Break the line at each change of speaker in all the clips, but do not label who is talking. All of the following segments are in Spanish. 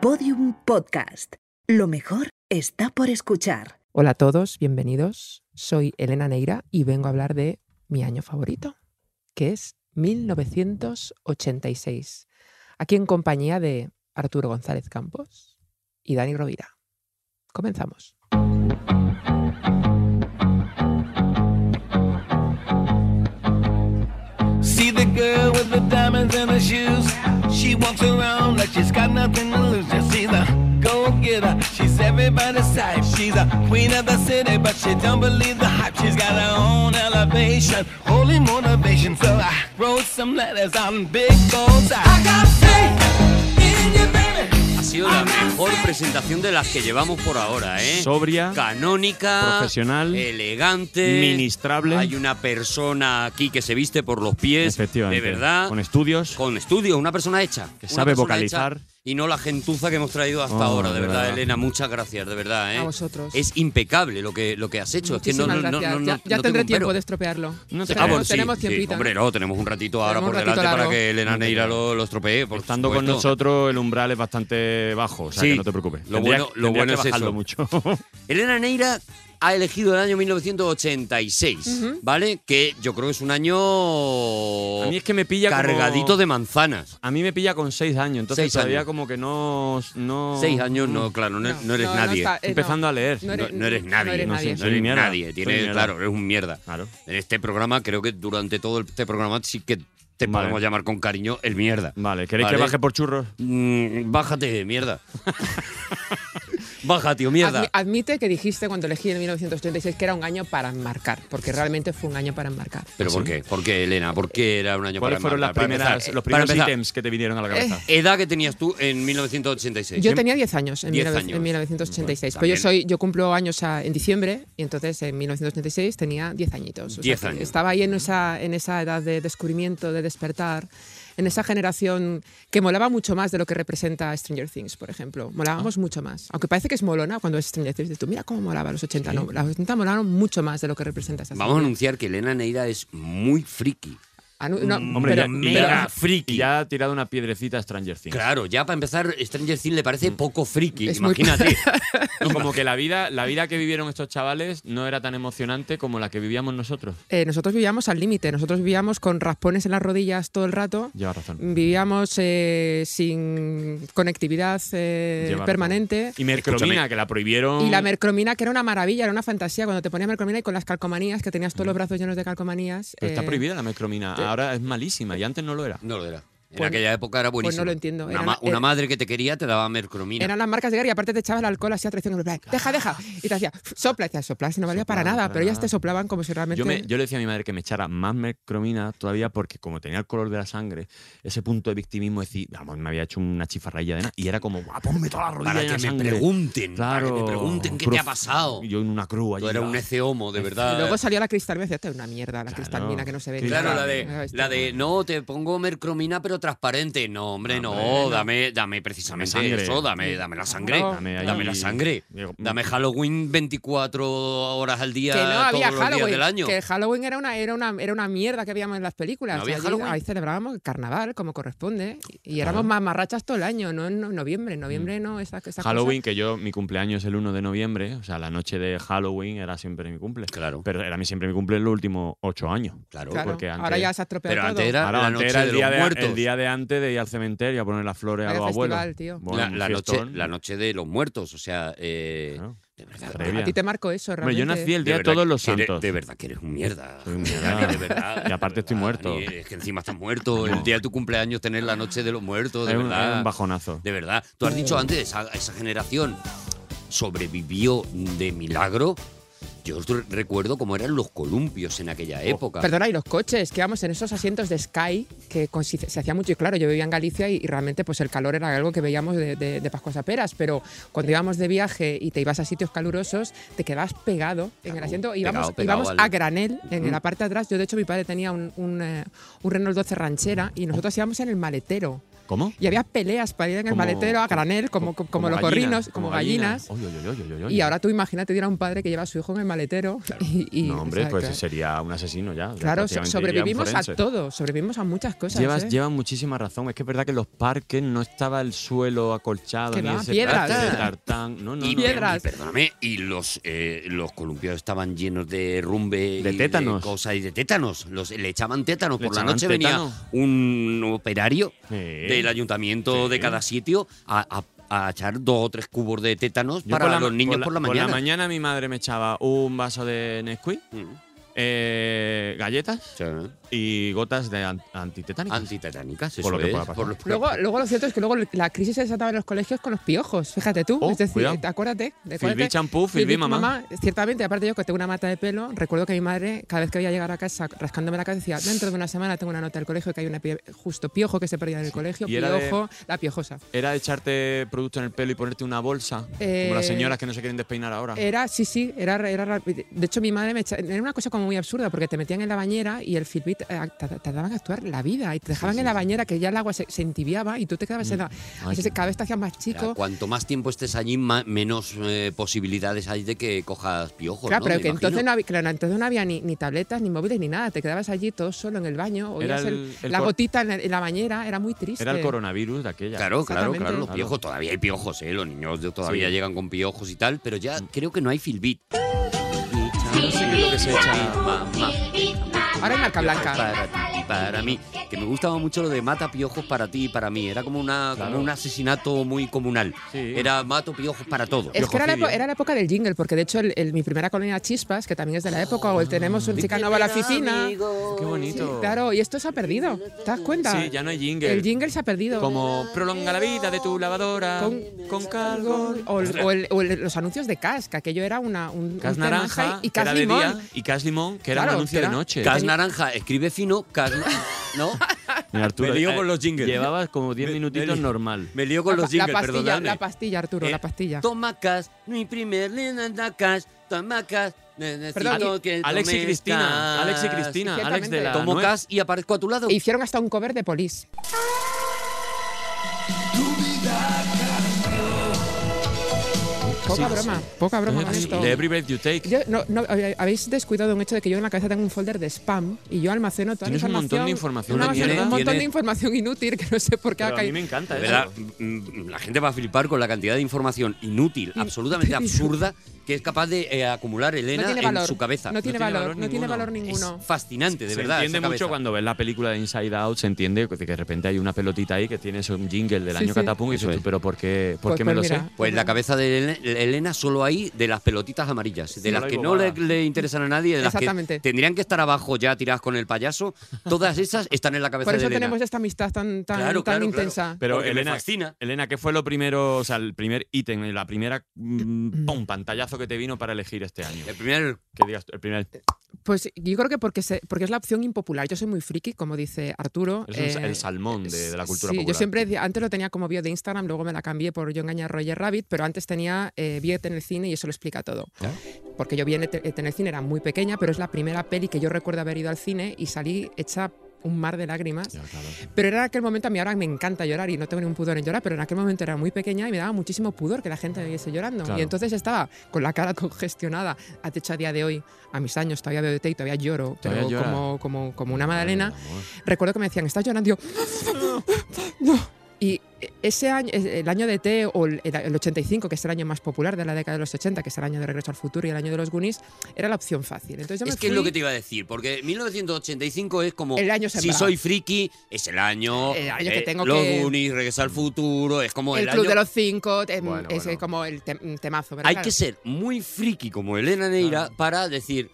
Podium Podcast. Lo mejor está por escuchar.
Hola a todos, bienvenidos. Soy Elena Neira y vengo a hablar de mi año favorito, que es 1986. Aquí en compañía de Arturo González Campos y Dani Rovira. Comenzamos.
See the girl with the diamonds and the shoes. She walks around like she's got nothing to lose. Just she's a go getter. She's everybody's type. She's a queen of the city, but she don't believe the hype. She's got her own elevation, holy motivation. So I wrote some letters on big bold I got faith in you, baby.
Ha sido la mejor presentación de las que llevamos por ahora, ¿eh?
sobria,
Canónica,
profesional,
elegante,
ministrable.
Hay una persona aquí que se viste por los pies,
efectivamente.
de verdad,
Con
con,
estudios.
estudios, una persona hecha,
Que
una
sabe
persona
vocalizar.
hecha y no la gentuza que hemos traído hasta
Oh,
ahora, de,
de
verdad,
verdad.
Elena, muchas gracias, de verdad, ¿eh?
A vosotros.
Es impecable lo que lo que has hecho,
Muchísimas
es que no- no, no,
gracias.
no-
ya
no
ya
tengo
tendré
un
tiempo
pero.
de estropearlo.
No te
Ah,
tenemos,
bueno, sí,
tenemos
sí,
tiempito, ¿no?
hombre, no, tenemos un ratito ahora
Tenemos
por
un ratito
delante para
largo.
que Elena Neira lo, lo estropee, por
Estando con
supuesto.
nosotros el umbral es bastante bajo, o sea
Sí.
que no te preocupes.
Lo
Tendría-
bueno- lo
tendría
bueno
que
es eso.
bajarlo mucho.
Elena Neira ha elegido el año 1986, ¿vale? Que yo creo que es un año
A mí es que me pilla como-
cargadito de manzanas.
A mí me pilla con seis años, entonces
Seis
todavía
años.
como que no, no-
Seis años, no, claro, no, no eres nadie.
está- eh,
Empezando a leer.
no
No,
eres-
no eres nadie,
no eres
no,
nadie.
sé, no
Soy
eres
mierda,
nadie.
soy
Tiene-
mierda.
claro, eres un mierda.
Claro.
En este programa, creo que durante todo este programa sí que te
Vale.
podemos llamar con cariño el mierda.
Vale, ¿queréis que
Vale.
baje por churros?
Mm, bájate, mierda. Baja, tío,
Admi-
mierda.
Admite que dijiste cuando elegí en 1936 que era un año para enmarcar, porque realmente fue un año para enmarcar.
¿Pero por qué? ¿Por qué, Elena? ¿Por qué era un año
¿Cuáles
para
fueron las
marcar? Para
primeras,
empezar, Eh,
los
para
primeros
empezar, Eh,
ítems que te vinieron a la cabeza?
Edad que tenías tú en 1986.
Yo tenía 10 años en,
10
19-
em años.
en 1986, pero
Bueno,
Pues yo
también.
soy yo cumplo años a- en diciembre y entonces en 1986 tenía 10 añitos. O
10
que
años.
Estaba ahí en esa en esa edad de descubrimiento, de despertar, en esa generación que molaba mucho más de lo que representa Stranger Things, por ejemplo. Molábamos
Ah.
mucho más, aunque parece que es molona cuando es Stranger Things, dices tú mira cómo molaba los 80, no, los 80 molaron mucho más de lo que representa esa
Vamos a
serie.
anunciar que Elena Neira es muy friki.
Anu- no,
Mm,
Hombre,
pero-
ya, y
mega
ya-
friki.
y Ya ha tirado una piedrecita a Stranger Things.
Claro, ya para empezar, Stranger Things le parece poco friki,
Es muy-
imagínate.
Como que la vida, la vida que vivieron estos chavales no era tan emocionante como la que vivíamos nosotros.
Eh, nosotros vivíamos al límite, nosotros vivíamos con raspones en las rodillas todo el rato.
Lleva razón.
Vivíamos eh, sin conectividad eh,
Lleva razón.
permanente.
Y mercromina,
Escúchame.
que la prohibieron.
Y la mercromina, que era una maravilla, era una fantasía. Cuando te ponías mercromina y con las calcomanías, que tenías todos los brazos llenos de calcomanías.
Mm. Pero está
eh,
prohibida la mercromina. Ahora es malísima y antes no lo era.
No lo era. En
Pues-
aquella época era buenísimo.
lo entiendo.
Una,
Era-
ma- una
era-
madre que te quería te daba mercromina.
Eran las marcas de guerra y aparte te echabas el alcohol así a traición. en plan, Deja, deja. Y te hacía sopla. Y te sopla, si no valía
Sopla,
para nada.
para
Pero ellas
nada.
te soplaban como si realmente.
Yo, me- yo le decía a mi madre que me echara más mercromina todavía porque como tenía el color de la sangre, ese punto de victimismo decir, vamos, me había hecho una chifarraya de nada y era como, guau, ponme toda la rodilla
Para
en
que
la
me
sangre.
pregunten, para que me
Claro.
pregunten qué te ha
Prof-
pasado.
Yo en una cruz allí.
Tú eras un
ah.
eceomo, de
Y
verdad.
luego salió la cristalmina y decía, "Esta es una mierda, la
Claro.
cristalmina que no este se ve. ni
Claro,
nada".
la de,
¿Sabes?
la de no, te pongo mercromina pero transparente. No, hombre, no, dame, dame precisamente
Dame sangre.
eso, dame, dame la sangre.
No,
Dame,
Dame ahí-
la sangre.
Digo, "Mm,
Dame Halloween 24 horas al día,
que no
todos
había
los
Halloween.
días del año.
Que Halloween era una, era una, era una mierda que veíamos en las películas.
¿No había
Allí-
Halloween?
Ahí celebrábamos el carnaval, como corresponde. Y, y éramos más marrachas todo el año, no en no- noviembre.
Mm.
En noviembre no, esas, esas
Halloween, que yo, mi cumpleaños es el 1 de noviembre, o sea, la noche de Halloween era siempre mi cumple.
Claro.
Pero era mi- siempre mi cumple en los últimos ocho años.
Claro.
cosas. Claro,
porque antes-
ahora ya se ha estropeado
Pero
todo.
antes era-
Ahora,
la
antes
noche
era
de
el
los
día, de,
muertos.
el día de antes de ir al cementerio a poner las flores a
Era
los
festival,
abuelos.
tío.
Bueno,
la,
un
la noche,
fiestón.
la noche de los muertos, o sea, eh,
Claro.
de verdad.
Previa.
A ti te marcó eso,
Hombre,
realmente.
yo nací
de
el día de
verdad
todos los
que eres-
santos.
de verdad que eres un mierda.
Soy un mierda.
Dani, de verdad.
Y aparte
de
estoy
verdad,
muerto.
Dani, es que encima estás muerto. El día de tu cumpleaños tener la noche de los muertos, de
Es un-
verdad.
es un bajonazo.
De verdad. Tú has dicho antes, esa, esa generación sobrevivió de milagro. Yo os re- recuerdo cómo eran los columpios en aquella época.
Perdona, y los coches, que íbamos en esos asientos de Sky, que con- si- se hacía mucho, y claro, yo vivía en Galicia y, y realmente pues el calor era algo que veíamos de, de, de Pascuas a Peras, pero cuando íbamos de viaje y te ibas a sitios calurosos, te quedabas pegado en el
Claro,
asiento,
pegado,
íbamos,
pegado
íbamos
al-
a granel en la parte de atrás, yo de hecho mi padre tenía un, un, eh, un Renault 12 ranchera y nosotros íbamos en el maletero.
¿Cómo?
Y había peleas para ir en el
Como-
maletero a granel, como, como, los
gallinas,
corrinos, como gallinas.
Oye, oye, oye, oye, oye.
Y ahora tú imagínate ir a un padre que lleva a su hijo en el maletero. Y, y-
No, hombre,
¿sabes?
pues
claro,
sería un asesino ya. ya
Claro, so-
prácticamente
sobrevivimos
iría
a
un forense.
todo, sobrevivimos a muchas cosas.
Llevas,
¿eh?
llevas muchísima razón. Es que es verdad que en los parques no estaba el suelo acolchado,
Que
ni
va,
ese
piedras.
traste de tartán. No, no,
Y,
no.
piedras.
y perdóname, y los, eh, los columpios estaban llenos de rumbe.
De
y
tétanos.
cosas y de tétanos. Los, le echaban tétanos.
Le
Por la
echaban
noche
tétano.
venía un operario
Sí.
del ayuntamiento
Sí.
de cada sitio a, a- a echar dos o tres cubos de tétanos
Yo
para
por la
los
ma-
niños por la, mañana.
Por la mañana mi madre me echaba un vaso de Nesquik,
Mm,
eh, galletas
sí, ¿eh?
y gotas de an- antitetánicas.
Antitetánicas,
Por
eso
lo que
es,
pueda pasar.
por los-
Luego, luego lo cierto es que luego la crisis se desataba en los colegios con los piojos, fíjate tú.
Oh,
es decir,
cuidado.
te- acuérdate. te
Filbí
acuérdate.
champú, filbí mamá.
Ciertamente, aparte yo que tengo una mata de pelo, recuerdo que mi madre, cada vez que voy a llegar a casa rascándome la cabeza, decía, dentro de una semana tengo una nota del colegio que hay una pie- justo piojo que se perdía en el colegio,
Y era de-
piojo, la piojosa.
Era echarte producto en el pelo y ponerte una bolsa,
Eh,
como las señoras que no se quieren despeinar ahora.
Era, sí, sí, era, era ra- De hecho, mi madre me echa- Era una cosa como muy absurda, porque te metían en la bañera y el Fitbit eh, tar- tardaban en actuar la vida. Y te dejaban en la bañera que ya el agua se, se entibiaba y tú te quedabas en
Mm.
la. entonces, cada vez te hacías más
Ya,
chico.
cuanto más tiempo estés allí, ma- menos eh, posibilidades hay de que cojas piojos.
Claro,
¿no?
pero
Me
que
imagino.
entonces no, había, claro, entonces no había ni, ni tabletas, ni móviles, ni nada. Te quedabas allí todo solo en el baño, oías el-
Era el- el
la
cor-
gotita en, la- en la bañera, era muy triste.
Era el coronavirus de aquella.
Claro, claro,
Exactamente.
claro. Los
Claro.
piojos, todavía hay piojos, ¿eh? Los niños de- todavía
Sí.
llegan con piojos y tal, pero ya creo que no hay filbit.
No sé qué es lo que se echa.
Mamá,
Ahora hay marca blanca.
para ti y para mí. Que me gustaba mucho lo de mata piojos para ti y para mí. Era como, una,
Claro.
como un asesinato muy comunal.
Sí.
Era mato piojos para todo.
Es que era la,
Piojocidio.
epo- era la época del jingle, porque de hecho el- el- mi primera colonia Chispas, que también es de la época, o el tenemos un chica nueva a la oficina.
Qué bonito.
Claro, y esto se ha perdido. ¿Te das cuenta?
Sí, ya no hay jingle.
El jingle se ha perdido.
Como prolonga la vida de tu lavadora
Con-
con, cargo.
O, el- o el- o el- los anuncios de Cas, que aquello era una, un,
Cas
un temazo
naranja,
y, y
que
Cas
era de
limón.
día, y Cas limón, que era
Claro,
un anuncio
que era-
de noche.
Cas naranja, escribe fino, cas... ¿No?
Mira, Arturo,
Me lío
eh,
con los jingles.
Llevabas como 10
Me-
minutitos
me lío.
normal.
Me lío
La
con
pa-
los
la,
jingles,
pastilla,
perdonadme.
la pastilla, Arturo,
Eh,
la pastilla.
Toma cas, mi primer linda cas, toma cas, necesito
Ale-
que
Alex y
tomes
Cristina,
cas.
Alex y Cristina,
Sí,
Alex de la
Tomo
nuez.
cas y aparezco a tu lado.
E hicieron hasta un cover de Police. Poca broma, poca broma con
Eh, Sí,
esto.
De Every Breath You Take.
Yo- no, no, hab- habéis descuidado un hecho de que yo en la cabeza tengo un folder de spam y yo almaceno toda la
Tienes un montón de información, ¿eh?
una-
una mierda.
un montón de
Tiene-
información inútil que no sé por qué Pues, ha
Pero a mí
caído.
me encanta ¿eh?
De
eso.
verdad, mm, mm, la gente va a flipar con la cantidad de información inútil, absolutamente absurda, que es capaz de eh, acumular
no
Elena
tiene
en
valor.
su cabeza.
No tiene valor, no tiene
ninguno.
valor
es
ninguno.
fascinante, de
se
verdad.
entiende
esa
mucho
cabeza.
cuando ves la película de Inside Out, se entiende que de repente hay una pelotita ahí que tiene un jingle del
Sí, sí.
año catapum y
Eso
dices tú,
es.
pero ¿por qué, por
Pues-
qué
pues
me lo
mira.
sé?
Pues la cabeza de Elena- Elena solo hay de las pelotitas amarillas, de
no
las
la
que
digo
no le,
nada.
le interesan a nadie, de las
Exactamente.
que tendrían que estar abajo ya tiradas con el payaso. Todas esas están en la cabeza
Por eso
de Elena.
tenemos esta amistad tan, tan,
Claro,
tan
claro,
intensa.
Pero
Porque me
Elena,
fascina.
Elena, ¿qué fue lo primero, o sea, el primer ítem, la primera mm, pum, pantallazo que te vino para elegir este año?
El primer
Que digas, tú, el primer.
Pues yo creo que porque, se- porque es la opción impopular. Yo soy muy friki, como dice Arturo.
Es un-
eh,
el salmón de, de la cultura
sí, yo
popular.
siempre, decía- antes lo tenía como bio de Instagram, luego me la cambié por Yo engañé a Roger Rabbit, pero antes tenía eh, Viet en el cine y eso lo explica todo.
Claro.
Porque yo vi en el, te- en el cine, era muy pequeña, pero es la primera peli que yo recuerdo haber ido al cine y salí hecha un mar de lágrimas.
Ya, claro.
Pero era en aquel momento, a mí ahora me encanta llorar y no tengo ningún pudor en llorar, pero en aquel momento era muy pequeña y me daba muchísimo pudor que la gente me viese llorando.
Claro.
Y entonces estaba con la cara congestionada. De hecho, a día de hoy, a mis años, todavía veo y todavía lloro,
¿Todavía
pero
lloras?
como, como, como una magdalena.
Ay, amor.
Recuerdo que me decían, ¿estás llorando? Y yo, "Ah, no. Y ese año, eh, el año de E T o el, el 85, que es el año más popular de la década de los 80, que es el año de Regreso al Futuro y el año de los Goonies, era la opción fácil. Entonces yo me
Es que es
fui-
lo que te iba a decir, porque 1985 es como.
El año
Si
sembrado.
soy friki, es el año. eh,
El año que tengo
los
que-
Goonies, Regresar al futuro, es como el,
el, Club
año-
de los Cinco, eh,
Bueno,
es
bueno.
como el tem- temazo. ¿verdad?
Hay
Claro.
que ser muy friki como Elena Neira para decir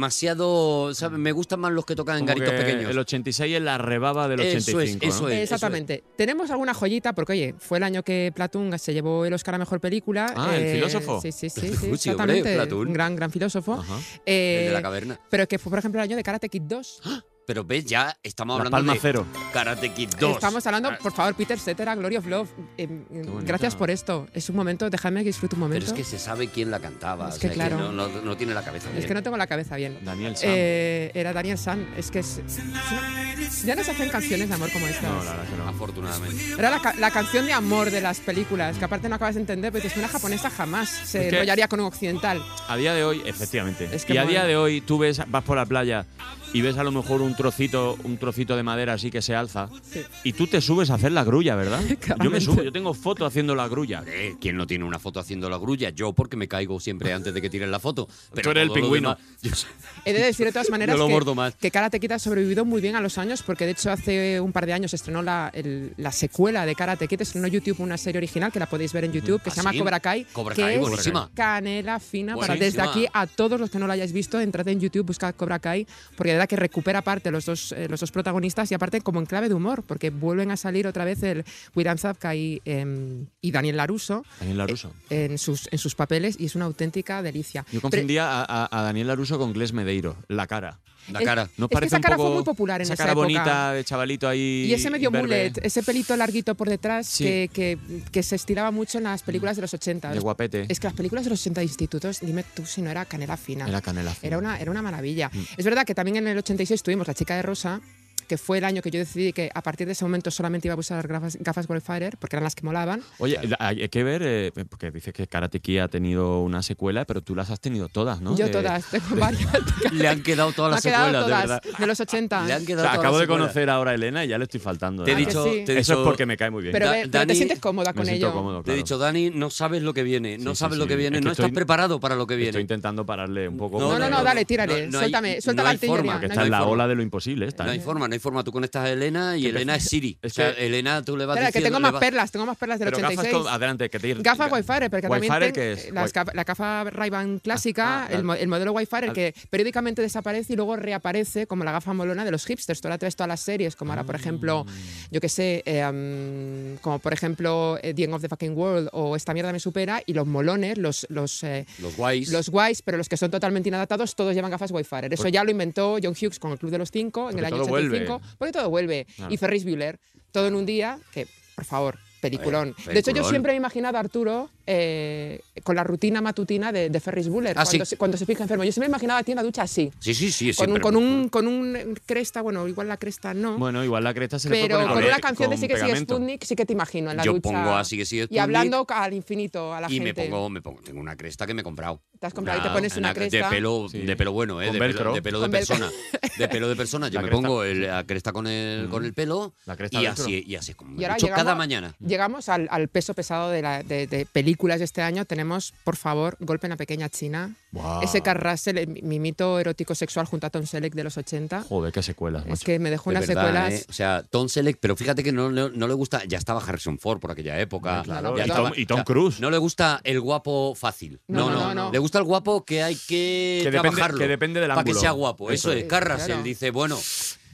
demasiado. ¿Sabes? Me gustan más los que tocan en
Mm. Como
garitos
que
pequeños.
El 86 es la rebaba del
Eso
85.
es, eso eh.
¿no?
es.
Exactamente. Tenemos alguna joyita, porque oye, fue el año que Platón se llevó el Oscar a Mejor Película. eh,
Ah, el filósofo.
Sí, sí, sí. sí,
Uy, sí, hombre,
exactamente.
Platón. Ah,
Un gran, gran filósofo.
Ajá.
Eh,
El de la caverna.
pero que fue, por ejemplo, el año de Karate Kid 2.
Pero ves, ya estamos
La
hablando
Palma
de
cero.
Karate Kid Ah, 2.
Estamos hablando, por favor, Peter Cetera, Glory of Love. eh, eh,
Ah. bonito.
gracias por esto. Es un momento, déjame que disfrute un
Pero
momento.
es que se sabe quién la cantaba.
Es
o
que
sea,
claro.
no, no- no tiene la cabeza bien.
Es que no tengo la cabeza bien.
Daniel Sam.
Eh, era Daniel San. Es que es- es- ya no se hacen canciones de amor como esta.
No, la verdad que no.
Afortunadamente.
Era la, ca- la canción de amor de las películas, que aparte no acabas de entender, porque es una japonesa jamás se
Es que-
enrollaría con un occidental.
A día de hoy, efectivamente.
Es que
y a
mola.
día de hoy tú ves, vas por la playa y ves a lo mejor un trocito, un trocito de madera así que se alza.
Sí.
Y tú te subes a hacer la grulla, ¿verdad? yo me
Claramente.
subo, yo tengo foto haciendo la grulla.
Eh, ¿Quién no tiene una foto haciendo la grulla? Yo porque me caigo siempre antes de que tiren la foto. Pero
Tú eres el
todo lo
pingüino.
demás- yo soy-
He de decir de todas maneras
lo mordo
que,
más.
que Karate Kid ha sobrevivido muy bien a los años porque de hecho hace un par de años estrenó la, el- la secuela de Karate Kid, estrenó YouTube una serie original que la podéis ver en YouTube que
¿Ah,
se llama
sí?
Cobra Kai,
Cobra
que
Kai,
es
buenísima.
canela fina para desde
Buenísima.
aquí a todos los que no la hayáis visto, entrad en YouTube, buscad Cobra Kai porque de verdad que recupera parte los dos, eh, los dos protagonistas y aparte como en clave de humor porque vuelven a salir otra vez el William Zabka y, em, y Daniel Laruso
Daniel Laruso.
en sus, en sus papeles y es una auténtica delicia.
Yo
Pero-
confundía a, a- a Daniel Laruso con Gles Medeiro, la cara.
La
Es-
cara.
¿No
Es que
parece
esa
un
cara
poco-
fue muy popular en
esa
esa
cara
época.
bonita de chavalito ahí.
Y ese medio
imberbe,
mullet, ese pelito larguito por detrás
Sí.
que, que- que se estilaba mucho en las películas de los 80.
De guapete.
Es que las películas de los 80 de institutos, dime tú si no era canela fina.
Era canela.
Era una, era una maravilla.
Mm.
Es verdad que también en el 86 tuvimos La chica de rosa, que fue el año que yo decidí que a partir de ese momento solamente iba a usar gafas, gafas Wildfire, porque eran las que molaban.
Oye, hay que ver, eh, porque dices que Karate Kid ha tenido una secuela, pero tú las has tenido todas, ¿no?
yo
De-
todas, tengo varias.
Le han quedado Eh, todas
Me
las
han quedado
secuelas, de
todas
verdad.
de, los 80.
Le han
O
quedado
sea,
todas
acabo
las
de
secuelas.
conocer ahora a Elena y ya le estoy faltando.
Te he
Ah,
dicho,
que sí?
te he
Eso es
dicho-
porque me cae muy bien.
Pero,
Da-
ve- pero te
Dani-
sientes cómoda
me
con
siento
ello.
cómodo,
Te he
claro.
dicho, Dani, no sabes lo que viene, no
Sí, sí,
sabes
sí.
lo que viene,
Es que
no
estoy-
estás preparado para lo que viene.
Estoy intentando pararle un poco.
No,
porque-
No, no, no, dale, tírale.
No, no hay-
suéltame, suelta
no
la
hay forma,
artillería.
Porque
no
está
hay
en la
forma.
ola de lo imposible esta.
No
¿eh?
hay forma, no hay forma. Tú conectas a Elena y Elena es Siri.
es
o sea,
que-
Elena, tú le vas
Espera, que
diciendo-
tengo
le
más
vas-
perlas, tengo más perlas del
Pero gafas
86.
con- Adelante, que te ir-
Gafas Wi-Fi, porque también
Wi-Fi,
ten-
¿qué es?
las
Wi-
gaf- la gafa Ray-Ban
Ah,
clásica,
ah,
el, mo- el modelo Wi-Fi
ah.
que periódicamente desaparece y luego reaparece como la gafa molona de los hipsters. Tú ahora te ves todas las series, como ahora, por ejemplo,
Ah.
yo qué sé, eh, am, como por ejemplo eh, The End of the Fucking World o Esta mierda me supera y los molones, los, los, eh,
Los guays.
los guays, pero los que son totalmente inadaptados, todos llevan gafas Wi-Fi. Eso ya lo inventó John Hughes con el Club de los Cinco en
Porque
el año
todo vuelve.
85. Porque todo vuelve.
Claro.
Y Ferris Bueller, todo en un día, que, por favor, peliculón.
Oye,
De hecho, yo
peliculón.
siempre me he imaginado a Arturo eh, con la rutina matutina de, de Ferris Bueller,
Ah,
cuando,
sí.
se, cuando se fija enfermo. Yo siempre me imaginaba a ti en la ducha así.
Sí, sí, sí.
Con un,
siempre-
con, un, con un cresta, bueno, igual la cresta no.
Bueno, igual la cresta se le puede
pero
poner
con
con-
una canción de
con
Sí que sigue
pegamento.
Sputnik, sí que te imagino en la
Yo
ducha.
pongo a Sí que sigue
Y
Sputnik.
hablando al infinito a la
Y
gente.
me pongo, me pongo, tengo una cresta que me he comprado.
Te has comprado y te
Una-
pones una cresta.
De pelo,
Sí.
de pelo bueno, ¿eh?
Con
de, pelo,
velcro.
de pelo de
Con velcro.
persona. De pelo de persona. Yo
La
me
cresta. Mm.
pongo el- la cresta con el, con el pelo
La cresta
y,
velcro.
así, y así es como me
Y ahora
ducho
llegamos-
cada mañana.
Llegamos al, al peso pesado de, la- de- de películas de este año. Tenemos, por favor, Golpe en la Pequeña China.
Ah.
Buah.
Ese Kurt Russell, eh, mi, mi mito erótico sexual junto a Tom Selleck de los 80.
Joder, qué secuelas,
es
macho.
que me dejó
De
unas
verdad,
secuelas.
¿eh? O sea, Tom Selleck, pero fíjate que no, no- no le gusta. Ya estaba Harrison Ford por aquella época.
Claro,
Ya
y
estaba-
Tom- y Tom
o sea,
Cruise.
No le gusta el guapo fácil.
No,
No, no,
no, no, no.
Le gusta el guapo que hay que,
Que depende-
trabajarlo.
que depende del
Para que
ángulo.
sea guapo. Eso,
Eso
es.
es,
Carras,
claro.
él dice, bueno,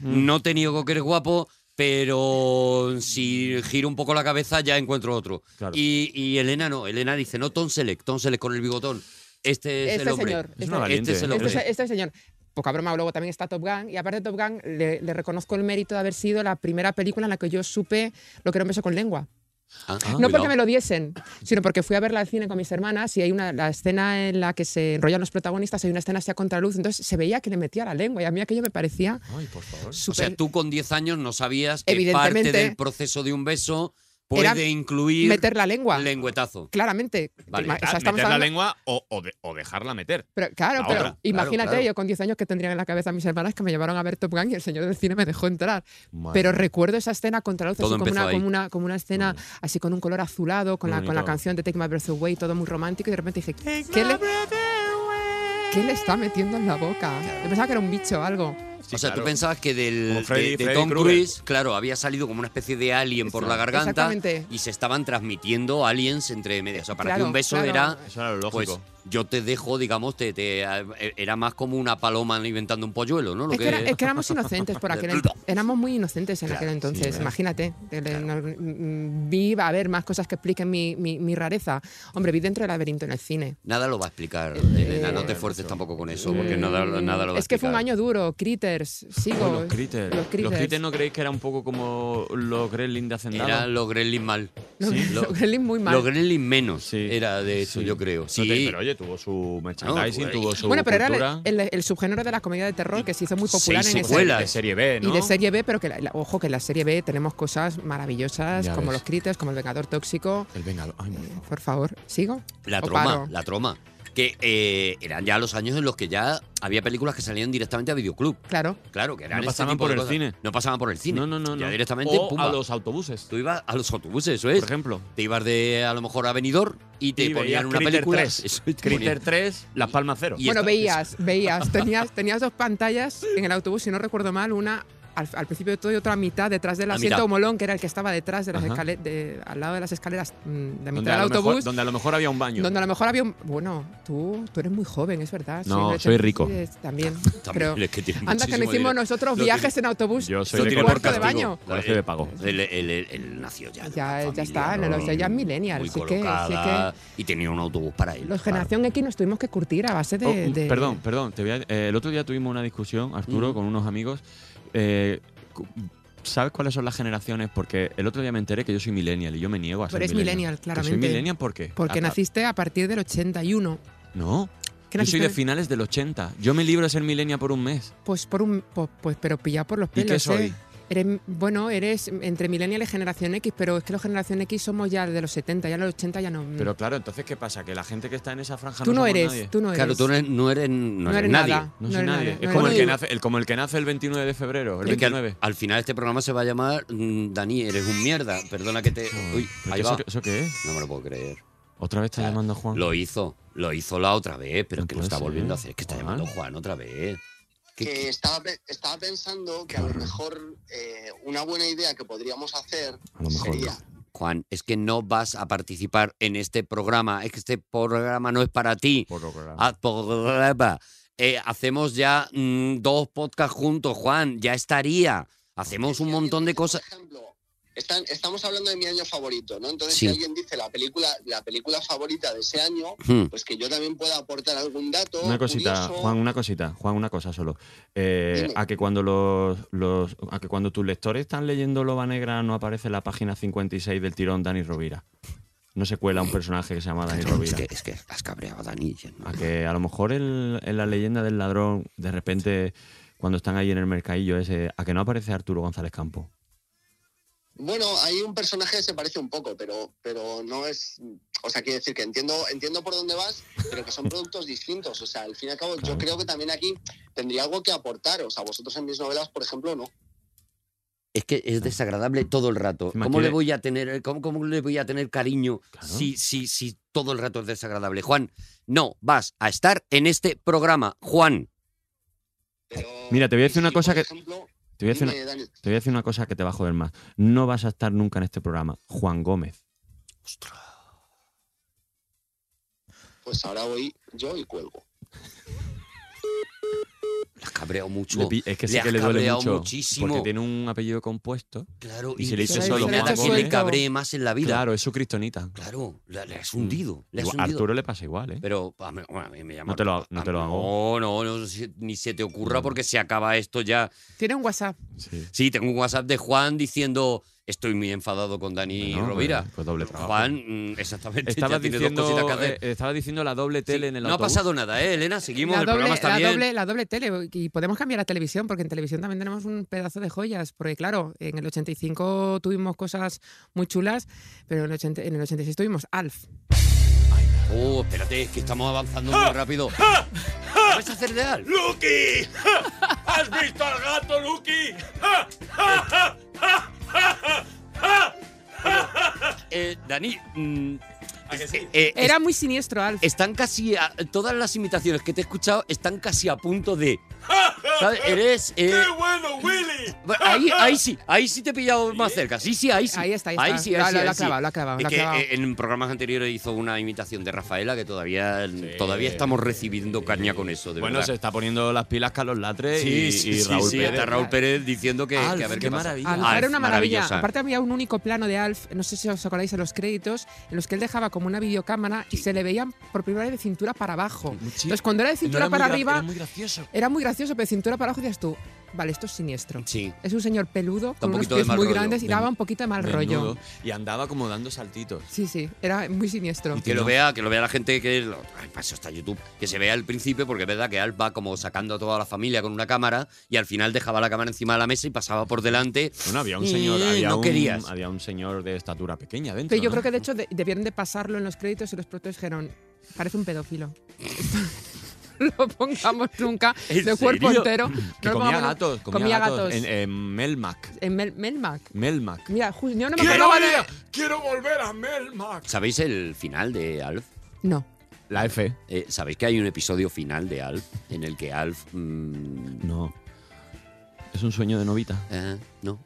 no te niego que eres guapo. Pero si giro un poco la cabeza ya encuentro otro.
Claro.
Y, y Elena no, Elena dice, no, Tom Selleck, Tom Selleck con el bigotón. Este es
Este
el hombre.
señor,
Es
este-
una valiente.
Este es el
Este,
hombre.
se- este señor. Poca broma, luego también está Top Gun. Y aparte de Top Gun, le, le reconozco el mérito de haber sido la primera película en la que yo supe lo que era un beso con lengua.
Ah,
no
cuidado.
porque me lo diesen, sino porque fui a verla al cine con mis hermanas y hay una la escena en la que se enrollan los protagonistas, hay una escena así a contraluz, entonces se veía que le metía la lengua y a mí aquello me parecía
Ay, por favor.
O sea,
súper...
tú con 10 años no sabías que parte
Evidentemente.
del proceso de un beso puede
Era
incluir
meter la lengua.
lengüetazo.
Claramente.
Vale,
Ima- o sea,
Ah,
estamos
meter la
hablando-
lengua o, o de- o dejarla meter.
pero- claro,
la
pero
otra.
imagínate
claro.
yo con 10 años que tendrían en la cabeza mis hermanas que me llevaron a ver Top Gun y el señor del cine me dejó entrar.
Madre
Pero
mía.
recuerdo esa escena contra luz,
Todo
así como
empezó
una,
ahí.
como, una, como una escena así con un color azulado, con, la,
Qué
con la
bonito.
canción de Take My Breath Away, todo muy romántico y de repente dije, ¿qué le, ¿qué le está metiendo en la boca? Yo pensaba que era un bicho o algo.
Sí,
o sea,
claro.
tú pensabas que del
Como Freddy-
de- de,
Freddy
Tom
Krueger.
Cruise, claro, había salido como una especie de alien por la garganta
Exactamente.
y se estaban transmitiendo aliens entre medias. O sea, para ti
Claro,
un beso
claro.
era
Eso era lo lógico.
pues yo te dejo, digamos, te, te- e, era más como una paloma inventando un polluelo, ¿no? Lo
Es que, era- es que éramos inocentes por aquel ent- éramos muy inocentes en
Claro,
aquel entonces,
¿verdad?
imagínate. El- no- mm, vi, va a haber más cosas que expliquen mi, mi- mi rareza. Hombre, vi dentro del laberinto en el cine.
Nada lo va a explicar, Elena,
eh,
no te esfuerces tampoco con eso, porque
Eh, Mm,
nada, nada lo va a explicar.
Es que fue un año duro, critters, sigo.
Los critters.
Los critters.
no creéis que era un poco como los gremlins de Hacendado.
Era los Gremlins mal.
Los-
Sí,
los
lo-
Gremlins muy mal.
Los Gremlins menos
Sí.
era de eso,
Sí.
yo creo.
No te-
Sí,
pero oye, tuvo su merchandising,
No,
tuvo su
bueno, pero
cultura.
era el, el- el subgénero de la comedia de terror que se hizo muy popular
Seis
en ese
secuelas.
de serie B, ¿no?
Y de serie B, pero que, la- la- ojo, que en la serie B tenemos cosas maravillosas,
Ya
como
ves.
los critters, como el Vengador Tóxico.
El Vengador. Ay, no.
Por favor, ¿sigo?
la
¿O
troma,
Oh, paro?
la troma. Que eh, eran ya los años en los que ya había películas que salían directamente a videoclub.
Claro.
Claro, que eran
No
este
pasaban
tipo
por
de
el
cosas.
cine.
No pasaban por el cine.
No, no, no.
Ya
no.
directamente,
o
pumba.
a los autobuses,
Tú ibas a los autobuses, eso
por
es.
ejemplo.
Te ibas de, a lo mejor, a Benidorm y te
Y veías
ponían una
Critter
película.
3.
Eso, y te
Critter
ponían-
3, Las Palmas Cero.
Y
Bueno,
esta-
veías, veías. Tenías, tenías dos pantallas en el autobús, si no recuerdo mal, una al, al principio de todo y otra a mitad detrás del
A
asiento
mitad.
o molón, que era el que estaba detrás de las
Ajá.
escale- de- al lado de las escaleras mm, de mitad
donde, a
del
lo mejor,
autobús.
donde a lo mejor había un baño.
donde a lo mejor había un... Bueno, tú, tú eres muy joven, es verdad.
No,
Siempre te-
soy rico.
sí, es- También,
También,
creo.
es que tiene
Anda, que no
muchísimo
hicimos
dinero. Lo
nosotros
tiene-
viajes en autobús.
Yo soy
Lo
de
tiene
comer
por
castigo.
Colegio de pago.
Él, él- él- él nació ya. de
Ya-
una
ya
familia,
está,
¿no?
no, no, ya es millennial,
Muy
sí que- sí
colocada, Y tenía un autobús para él.
Los
claro.
Generación X nos tuvimos que curtir a base de...
Ah. Oh,
de-
Perdón, perdón. te voy a- eh, el otro día tuvimos una discusión, Arturo,
Mm.
con unos amigos. eh, cu- ¿Sabes cuáles son las generaciones? Porque el otro día me enteré que yo soy millennial y yo me niego a ser
Pero eres millennial,
¿Que ¿Soy
claramente.
millennial por qué?
Porque
Ah,
naciste a partir del 81.
No.
¿Qué
Yo soy de
naciste?
finales del 80. Yo me libro de ser millennial por un mes.
Pues por un po- pues pero pillado por los
¿Y qué
pelos. ¿eh?
soy?
Eres, bueno, eres entre millennial y generación X, pero es que los generación X somos ya de los 70, ya los 80 ya no.
Pero claro, entonces, ¿qué pasa? Que la gente que está en esa franja
tú no
somos
eres,
nadie.
tú no eres.
Claro, tú no eres, no eres- no
no
eres
eres
nadie.
nada.
No
no
soy
eres
nadie.
nada,
Es
no
como el,
eres
que
nada.
nace, el, como el que nace el 29 de febrero, el
Es que al-
29.
al, final este programa se va a llamar mm, Dani, eres un mierda. Perdona que te. Uy,
¿Pero
ahí
qué-
va.
¿eso, qué- eso qué es?
No me lo puedo creer.
¿Otra vez está
Ah,
llamando a Juan?
Lo hizo, lo hizo la otra vez, pero es
No
que lo
puede
está
ser.
volviendo a hacer. Es que está
Juan.
llamando Juan otra vez. ¿Qué-
que
qué?
estaba, pe- estaba pensando que a lo mejor eh, una buena idea que podríamos hacer
A lo mejor
sería
Juan, es que no vas a participar en este programa. Es que este programa no es para ti.
Por lo que era.
Haz programa. Eh, hacemos ya mm, dos podcasts juntos, Juan. Ya estaría. Hacemos un
si
montón de
alguien dice,
cosas.
Por ejemplo, están, estamos hablando de mi año favorito, ¿no? Entonces,
Sí.
si alguien dice la película, la película favorita de ese año,
Hmm.
pues que yo también pueda aportar algún dato.
Una cosita,
curioso.
Juan, una cosita, Juan, una cosa solo. Eh,
Dime.
a que cuando los, los a que cuando tus lectores están leyendo Loba Negra no aparece la página 56 del tirón Dani Rovira. No se cuela un personaje que se llama Dani
Es
Rovira.
que, es que has cabreado a Dani. ya no-
A que a lo mejor el- en la leyenda del ladrón, de repente, cuando están ahí en el mercadillo ese, a que no aparece Arturo González Campo.
Bueno, hay un personaje que se parece un poco, pero, pero no es. O sea, quiero decir que entiendo, entiendo por dónde vas, pero que son productos distintos. O sea, al fin y al cabo,
Claro.
yo creo que también aquí tendría algo que aportar. O sea, vosotros en mis novelas, por ejemplo, no.
Es que es desagradable todo el rato.
Encima
¿Cómo le
quiere-
voy a tener, eh, cómo, cómo le voy a tener cariño
Claro.
si, si, si todo el rato es desagradable? Juan, no vas a estar en este programa, Juan.
Pero,
Mira, te voy a
y
decir una
sí,
cosa
por
que-
ejemplo,
Te voy a decir una,
dime, Dani,
te voy a decir una cosa que te va a joder más. No vas a estar nunca en este programa, Juan Gómez.
pues ahora voy yo y cuelgo.
Le has cabreado mucho.
Le pi- es que sí
has
que le duele
cabreado
mucho.
muchísimo.
Porque tiene un apellido compuesto.
Claro,
y se le hizo
es
solo
el
Juan
ataque que
Gómez.
le cabree más en la vida.
¿eh? Claro, es su cristonita.
Claro, la- le has
Mm.
hundido. Le has
Igual-
hundido.
Arturo le pasa igual, ¿eh?
Pero a mí, bueno, a mí me llama.
No te lo- no te lo
a-
hago.
ah, No, no, no, si- ni se te ocurra porque se acaba esto ya.
Tiene un WhatsApp.
Sí.
Sí, tengo un WhatsApp de Juan diciendo estoy muy enfadado con Dani
Bueno,
Rovira.
pues- pues doble trabajo.
Juan, mm, exactamente.
Estaba
ya tiene dos cositas
diciendo,
que hacer.
eh, estaba diciendo la doble
Sí,
tele en el
no ha
autobús.
pasado nada, ¿eh, Elena? Seguimos,
la
el
doble,
programa está
la
bien.
doble- la doble tele. Y podemos cambiar la televisión, porque en televisión también tenemos un pedazo de joyas. Porque, claro, en el 85 tuvimos cosas muy chulas, pero en el, 80 en el 86 tuvimos Alf.
Oh, espérate, es que estamos avanzando muy rápido. ¿Vas a hacer de Alf?
¡Lucky! ¡Ja! ¿Has visto al gato, Lucky? ¡Ja, ja, ja, ja, ja, ja!
Eh, Dani, mm,
¿A que sí?
eh, eh,
Era muy siniestro, Alf.
están casi a- todas las imitaciones que te he escuchado están casi a punto de ¿sabes? eres eh,
¡Qué bueno, Willy!
Bueno, Ahí, ahí sí, ahí sí te he pillado más cerca. Sí, sí, ahí sí.
Ahí está, ahí está.
sí,
Lo-
ahí sí,
lo-
ahí
lo ha
sí.
clavado, lo ha clavado,
Es
lo ha
que,
clavado.
eh, en programas anteriores hizo una imitación de Rafaela que todavía, todavía estamos recibiendo caña con eso, de
Bueno,
verdad.
se está poniendo las pilas Carlos Latre
Sí,
y,
sí,
y
sí,
Raúl
sí,
Pérez.
está Raúl Pérez diciendo que,
Alf,
que a ver
qué
qué, pasa.
maravilla.
Alf,
Alf,
era una maravilla.
maravillosa.
Aparte había un único plano de Alf, no sé si os acordáis de los créditos, en los que él dejaba como una videocámara y se le veían por primera vez de cintura para abajo. Entonces cuando era de cintura para arriba era muy...
gracioso.
gracioso, pero de cintura para abajo decías tú, vale, esto es siniestro.
Sí.
Es un señor peludo
un
con unos
poquito de
pies
mal
muy
rollo.
grandes y daba un poquito de mal rollo.
Y andaba como dando saltitos.
Sí, sí, era muy siniestro.
Y
Que lo
No.
vea, que lo vea la gente que lo, ay, para eso está YouTube, que se vea al principio porque es verdad que Alf va como sacando a toda la familia con una cámara y al final dejaba la cámara encima de la mesa y pasaba por delante.
Bueno, había un
Y
señor, había,
no
un,
querías.
había un señor de estatura pequeña dentro.
Pero yo
¿no?
creo que de hecho de- debieron de pasarlo en los créditos y los protegeron. Parece un pedófilo. lo pongamos nunca
¿En
de cuerpo
serio?
entero.
Que
no lo
comía
pongamos-
gatos, comía, gatos. En, en Melmac.
En Mel- Melmac.
Melmac.
Mira, ju- yo no me acordaba de...
¡Quiero volver a Melmac!
¿Sabéis el final de Alf?
No.
La F.
Eh, ¿Sabéis que hay un episodio final de Alf en el que Alf... mm,
No. Es un sueño de novita.
eh,
¿Mm?
no.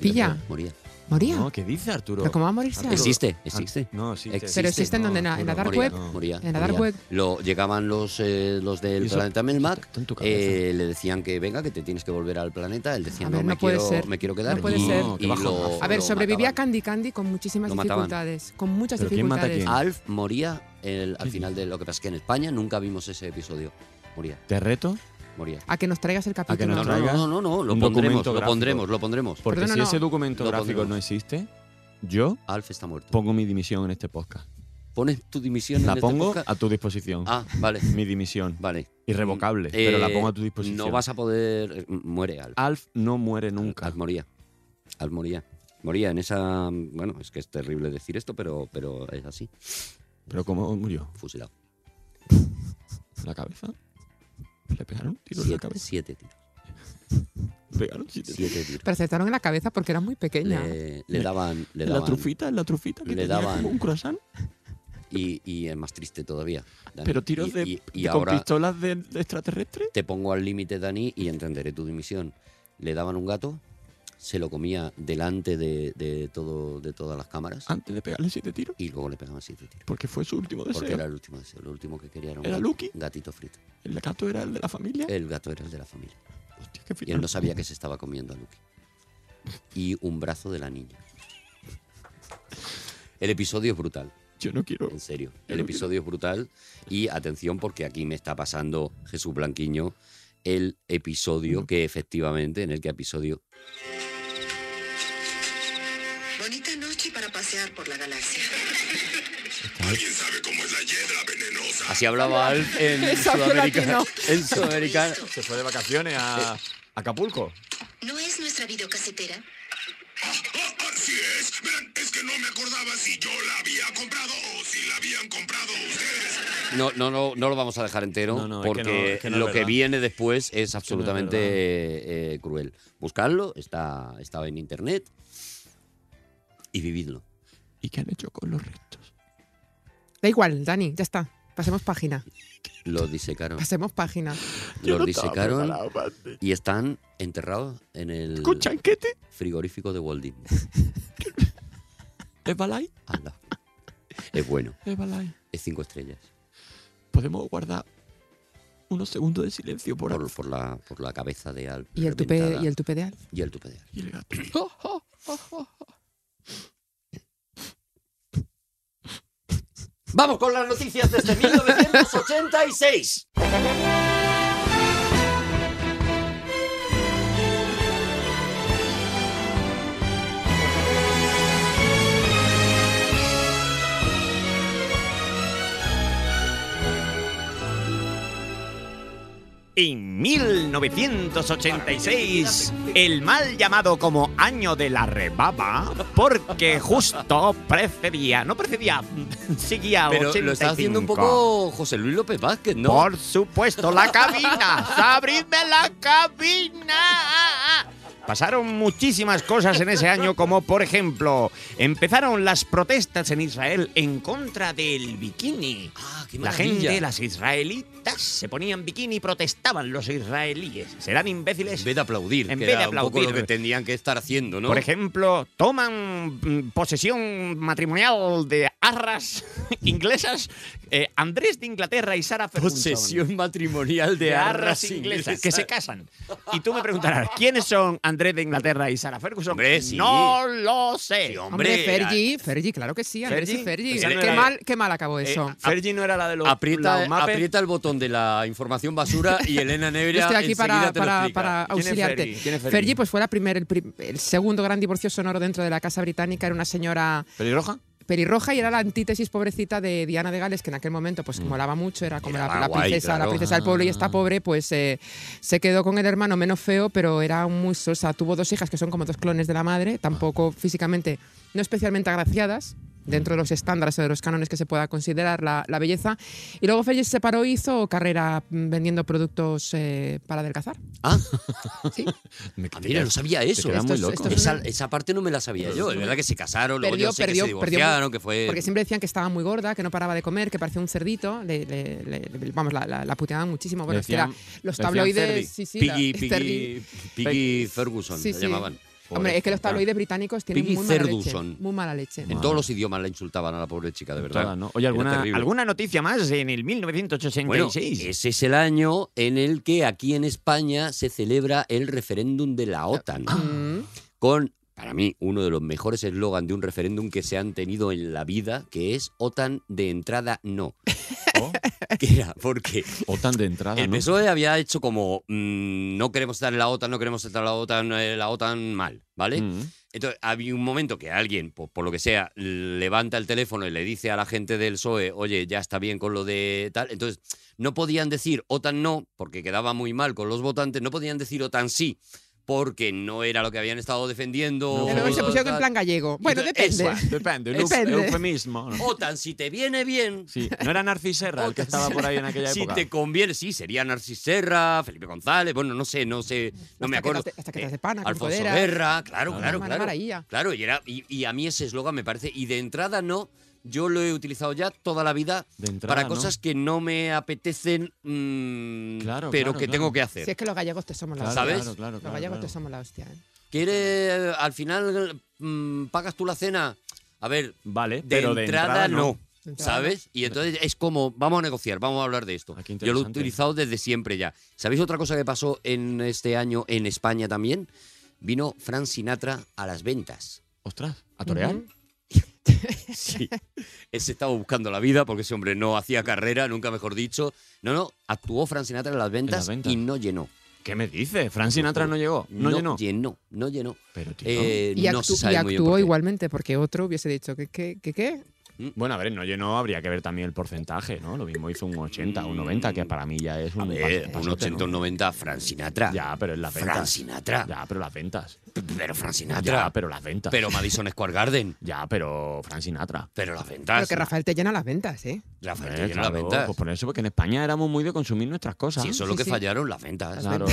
Pilla.
Moría.
¿Moría?
No, ¿qué dice Arturo?
¿Pero cómo va a morirse?
Arturo.
Existe, existe.
Ah, No, existe.
Existe.
Pero existe en
No,
donde, na- Ah, en la
Arturo,
dark
moría,
web.
no.
moría,
En la
moría.
dark web.
Lo, llegaban los, eh, los
¿Y
del
eso?
planeta Melmac,
Está en tu cabeza.
eh, le decían que venga, que te tienes que volver al planeta. Él decía,
A
no,
ver,
me,
no puede
quiero,
ser.
me quiero quedar.
No puede
y-
ser.
qué
y
bajón.
lo-
A ver,
lo
sobrevivía
mataban.
Candy Candy con muchísimas
Lo mataban.
dificultades. Con muchas
¿Pero quién mata a
dificultades.
quién?
Alf moría el- al final de lo que pasa es que en España nunca vimos ese episodio. Moría,
Te reto,
moría.
A que nos traigas el
que
capítulo.
nos
No, no,
traigas
no, no, no, lo
un
pondremos,
documento
lo
gráfico.
pondremos, lo pondremos.
porque
Perdona,
si
no.
ese documento
Lo
gráfico
pondremos.
no existe, yo
Alf está muerto.
pongo mi dimisión en este podcast.
¿Pones tu dimisión
La
en este
pongo
podcast?
a tu disposición.
Ah, vale,
Mi dimisión.
vale.
Irrevocable, pero la
Eh,
pongo a tu disposición.
No vas a poder... eh, Muere Alf.
Alf no muere nunca.
Alf moría. Alf moría. Moría en esa... Bueno, es que es terrible decir esto, pero, pero es así.
¿Pero cómo murió?
Fusilado.
¿En la cabeza? ¿Le pegaron un tiro en la
Siete,
cabeza?
siete tiros.
¿Le pegaron siete tiros?
Siete tiros.
Pero aceptaron en la cabeza porque era muy pequeña.
Le, le daban... Le
¿En la
daban
trufita? ¿En la trufita? Que
le
tenía
daban-
como un croissant?
y, y es más triste todavía. Dani.
¿Pero tiros
Y-
de,
y- y
de- con
ahora,
pistolas de, de extraterrestre?
te pongo al límite, Dani, y entenderé tu dimisión. Le daban un gato, se lo comía delante de, de todo, de todas las cámaras
Antes de pegarle siete tiros.
y luego le pegaban siete tiros.
Porque fue su último deseo.
Porque era el último deseo, lo último que quería era un
Pues ¿Era
gato-
Lucky?
gatito frito.
El gato era el de la familia.
El gato era el de la familia.
Hostia, qué
Eh, Y él no sabía que se estaba comiendo a Lucky. Y un brazo de la niña. El episodio es brutal.
Yo no quiero.
En serio, el episodio es brutal. Y atención, porque aquí me está pasando Jesús Blanquiño el episodio que efectivamente, en el que episodio.
Bonita noche para pasear por la galaxia.
Así hablaba Alf en
Exacto,
Sudamérica.
latino.
En Sudamérica.
Se fue de vacaciones a
Eh,
Acapulco.
¿No es nuestra videocasetera?
Así es. Verán, es que no me acordaba si yo la había comprado o si la habían comprado ustedes.
No, no, no, no lo vamos a dejar entero
No, no, es que
porque
no, es que no es
lo que
verdad.
viene después es absolutamente
verdad.
eh, eh, cruel. Buscadlo, está, estaba en internet y vividlo.
¿Y qué han hecho con los restos?
Da igual, Dani, ya está. Pasemos página.
Lo disecaron.
Pasemos página.
Los
Yo no estaba
disecaron
preparado para este.
y están enterrados en el
¿Con chanquete?
frigorífico de Walt Disney.
¿Es balay?
al lado. Es bueno,
¿Es balay?
es cinco estrellas.
Podemos guardar unos segundos de silencio por,
Por,
Alf
por la, por la cabeza de Alf.
¿Y el tupé,
reventada.
y el tupé de Alf?
Y el tupe de Alf.
y el gato.
Vamos con las noticias desde 1986.
En 1986, el mal llamado como Año de la Rebaba, porque justo precedía, no precedía, seguía a
Pero lo está haciendo un
Oh,
poco José Luis López Vázquez, ¿no?
Por supuesto, la cabina, abridme la cabina. Pasaron muchísimas cosas en ese año, como por ejemplo, empezaron las protestas en Israel en contra del bikini. la
Ah, maravilla.
gente, las israelitas, se ponían bikini y protestaban los israelíes. ¿Serán imbéciles? En
vez de aplaudir,
En
que
vez
era
de
un poco lo
aplaudir.
que tendrían que estar haciendo, ¿no?
Por ejemplo, toman mm, posesión matrimonial de arras inglesas eh, Andrés de Inglaterra y Sara Ferguson.
Posesión matrimonial de arras inglesas.
que se casan. Y tú me preguntarás, ¿quiénes son Andrés de Inglaterra y Sara Ferguson?
Hombre, sí. eh,
No lo sé.
Hombre, Fergie, Fergie, claro que sí, Andrés y
Fergie,
Fergie.
esa no
qué,
era-
mal, qué mal acabó
Eh,
eh,
ah,
eso.
Fergie no era la de los
Aprieta,
los Muppets.
aprieta el botón de la información basura y Elena
Yo
Negra
estoy aquí para,
enseguida te lo
para,
explica.
para auxiliarte. pues fue la primer, el, prim- el segundo gran divorcio sonoro dentro de la Casa Británica. Era una señora
¿Pelirroja?
pelirroja y era la antítesis pobrecita de Diana de Gales, que en aquel momento pues molaba mucho, era como
Mm. Era
la, la
guay,
princesa,
claro. Ah.
la princesa del pueblo y está pobre, pues eh, se quedó con el hermano menos feo, pero era muy sosa. Tuvo dos hijas que son como dos clones de la madre, tampoco
Ah.
físicamente, no especialmente agraciadas dentro de los estándares o de los cánones que se pueda considerar la, la belleza. Y luego Fergie se separó y hizo carrera mm, vendiendo productos eh, para adelgazar.
Ah, mira, no sabía eso.
queda
Esto
muy
es-
loco.
esto es
Esa,
una-
esa parte no me la sabía yo. Es verdad que se casaron, luego
Perdió,
yo sé
perdió,
que
perdió
se divorciaron, que fue...
Porque siempre decían que estaba muy gorda, que no paraba de comer, que parecía un cerdito. le- le- le- le- vamos, la, la, la puteaban muchísimo. Bueno, es que
Decían-
era- los
decían Ferdi.
tabloides. Sí, sí, la-
Piggy,
Ferdi.
Piggy, Piggy Ferguson
Sí,
la
sí.
llamaban.
Hombre, es que los
Pobrecita.
tabloides británicos tienen
Piggy
muy mala
Ferguson.
leche. Muy mala leche.
En todos los idiomas la insultaban a la pobre chica, de verdad.
Todas, ¿no? Oye,
Era
alguna,
terrible.
¿Alguna noticia más en el 1986?
Bueno, ese es el año en el que aquí en España se celebra el referéndum de la OTAN.
Mm.
Con, para mí, uno de los mejores eslogan de un referéndum que se han tenido en la vida, que es OTAN de entrada no. Que era porque
O tan de entrada,
el
¿no?
PSOE E había hecho como mm, no queremos estar en la OTAN, no queremos estar en la OTAN, eh, la OTAN mal, ¿vale?
Mm.
Entonces, había un momento que alguien, por, por lo que sea, levanta el teléfono y le dice a la gente del PSOE, E, oye, ya está bien con lo de tal. Entonces, no podían decir OTAN no, porque quedaba muy mal con los votantes, no podían decir OTAN sí, porque no era lo que habían estado defendiendo.
Pero luego se pusieron en
tal.
plan gallego. Bueno,
Entonces,
depende.
eso,
Depende, un
Depende.
eufemismo. ¿no?
OTAN, si te viene bien,
Sí, no era Narcis Serra el que estaba por ahí en aquella
si
época.
te conviene, sí, sería Narcis Serra, Felipe González, bueno, no sé, no sé, no
Hasta que
me acuerdo.
te- hasta que te
Eh,
hace pana, con
Alfonso
Codera.
Guerra, claro, claro,
Una
claro.
maravilla.
Claro, y, era, y, y a mí ese eslogan me parece, y de entrada no, yo lo he utilizado ya toda la vida
De entrada,
para
¿no?
cosas que no me apetecen, mm,
Claro,
pero
claro,
que
claro.
tengo que
Si
hacer.
es que los gallegos te somos la
Claro,
hostia. ¿eh?
¿sabes?
Claro, claro,
Los
claro,
gallegos
claro.
te somos la hostia. ¿eh?
¿Quieres, al final, mm, pagas tú la cena? A ver,
Vale,
de,
pero
entrada,
de entrada
no.
De entrada
¿Sabes? Y entonces es como, vamos a negociar, vamos a hablar de esto.
Ah,
Yo
qué
lo he
interesante.
utilizado desde siempre ya. ¿Sabéis otra cosa que pasó en este año en España también? Vino Fran Sinatra a las ventas.
Ostras, ¿a torear?
Ujú.
Sí. Ese estaba buscando la vida porque ese hombre no hacía carrera, nunca mejor dicho. No, no, actuó Fran Sinatra en las ventas,
ventas.
y no llenó.
¿Qué me dices? Fran Sinatra no llegó. No, llenó.
llenó, no llenó.
Pero, tío.
Eh,
Y,
no
actu-
se
y
sabe muy bien
actuó
por qué.
igualmente, porque otro hubiese dicho que qué, que, qué.
Bueno, a ver, no llenó, habría que ver también el porcentaje, ¿no? Lo mismo hizo un 80, un 90, que para mí ya es un.
A ver,
pas-
un
pasote,
80, un
¿no?
90, Fran Sinatra.
Ya, pero en las ventas.
Fran Sinatra.
Ya, pero las ventas.
Pero Fran Sinatra.
Ya, pero las ventas.
Pero Madison Square Garden.
Ya, pero Fran Sinatra.
Pero las ventas.
Pero que Rafael te llena las ventas, ¿eh?
Rafael,
Eh,
te llenan
claro,
las ventas.
Pues por eso, porque en España éramos muy de consumir nuestras cosas.
si eso es lo
sí,
que
sí.
fallaron, las ventas.
Claro.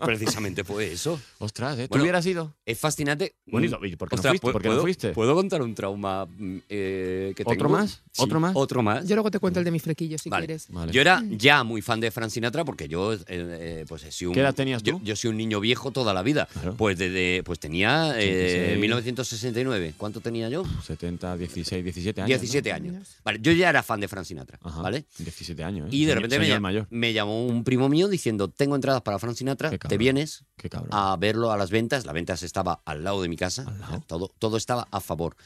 Precisamente fue eso.
Ostras, ¿eh? ¿Tú
Bueno,
hubieras ido?
Es fascinante. Mm,
Bonito. ¿Y por qué no
Ostras,
fuiste?
¿pu-
¿Por qué no
¿puedo,
fuiste?
¿Puedo contar un trauma mm, eh, que
¿Otro
tengo?
más? ¿Otro más?
Otro más.
Yo luego te cuento el de mi flequillo si
Vale.
quieres.
Vale.
Yo era ya muy fan de Frank Sinatra porque yo, eh, eh, pues, he sido un,
¿Qué edad tenías
yo-
tú?
Yo, soy un niño viejo toda la vida.
Claro.
Pues desde, pues tenía eh,
86.
1969. ¿Cuánto tenía yo?
70, 16, 17 años. ¿no?
17 años. Vale, yo ya era fan de Frank Sinatra,
Ajá,
¿vale?
17 años. ¿eh?
Y de
Señor-
repente me,
señor
llam-
mayor.
me llamó un primo mío diciendo, tengo entradas para Frank Sinatra,
Qué
te
cabrón.
vienes
Qué cabrón.
a verlo a las ventas. La ventas estaba al lado de mi casa,
Al lado.
Todo, todo estaba a favor.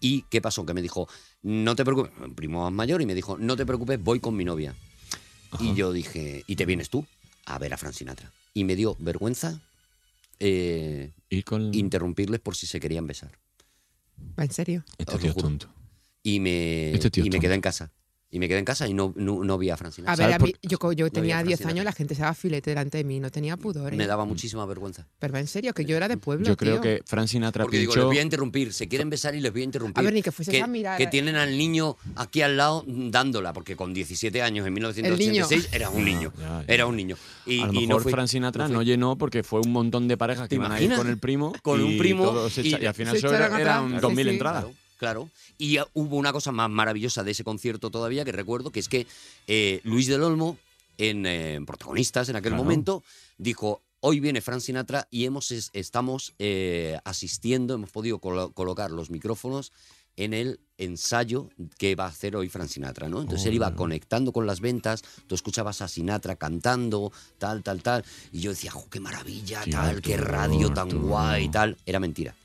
¿Y qué pasó? Que me dijo, no te preocupes, un primo más mayor, y me dijo, no te preocupes, voy con mi novia. Y yo dije, ¿y te vienes tú a ver a Frank Sinatra? Y me dio vergüenza eh,
Ir con.
interrumpirles por si se querían besar.
¿En serio?
Este
os lo
tío es
juro.
tonto.
Y me,
Este tío es
y me
tonto.
quedé en casa. Y me quedé en casa y no, no, no vi a Francina.
A ver,
¿Sabes
a
por
mí-
qué?
yo, co- yo
No
tenía
había
10
Francina.
años, la gente se daba filete delante de mí, no tenía pudor.
Me
¿eh?
Mm.
daba muchísima vergüenza.
Pero va en serio, que yo era de pueblo,
Yo creo
tío.
que Fran Sinatra
Porque digo, les
pinchó-
voy a interrumpir, se quieren besar y les voy a interrumpir.
A ver, ni que fueses
que,
a mirar. eh,
que tienen al niño aquí al lado mm, dándola, porque con 17 años en 1986 era un niño.
Ah, Ya, ya.
Era un niño. Y,
a lo
y
mejor
no fui.
Fran Sinatra
no
no,
fui.
llenó porque fue un montón de parejas
¿Te
que iban a ir
imaginas?
con el primo.
Con un
y
primo
todos se
y-
echa- y, al final
se
solo
echaron atrás.
eran 2.000
Sí, sí.
entradas.
Claro, claro. Y ah, hubo una cosa más maravillosa de ese concierto todavía que recuerdo, que es que eh, Luis del Olmo, en eh, protagonistas en aquel
Claro.
momento, dijo. Hoy viene Fran Sinatra y hemos es- estamos eh, asistiendo, hemos podido colo- colocar los micrófonos en el ensayo que va a hacer hoy Fran Sinatra, ¿no? Entonces él
Oh.
iba conectando con las ventas, tú escuchabas a Sinatra cantando, tal, tal, tal, y yo decía, "Jo, qué maravilla,
Sí,
tal, qué
Arturo,
radio tan
Arturo.
guay, tal. Era mentira.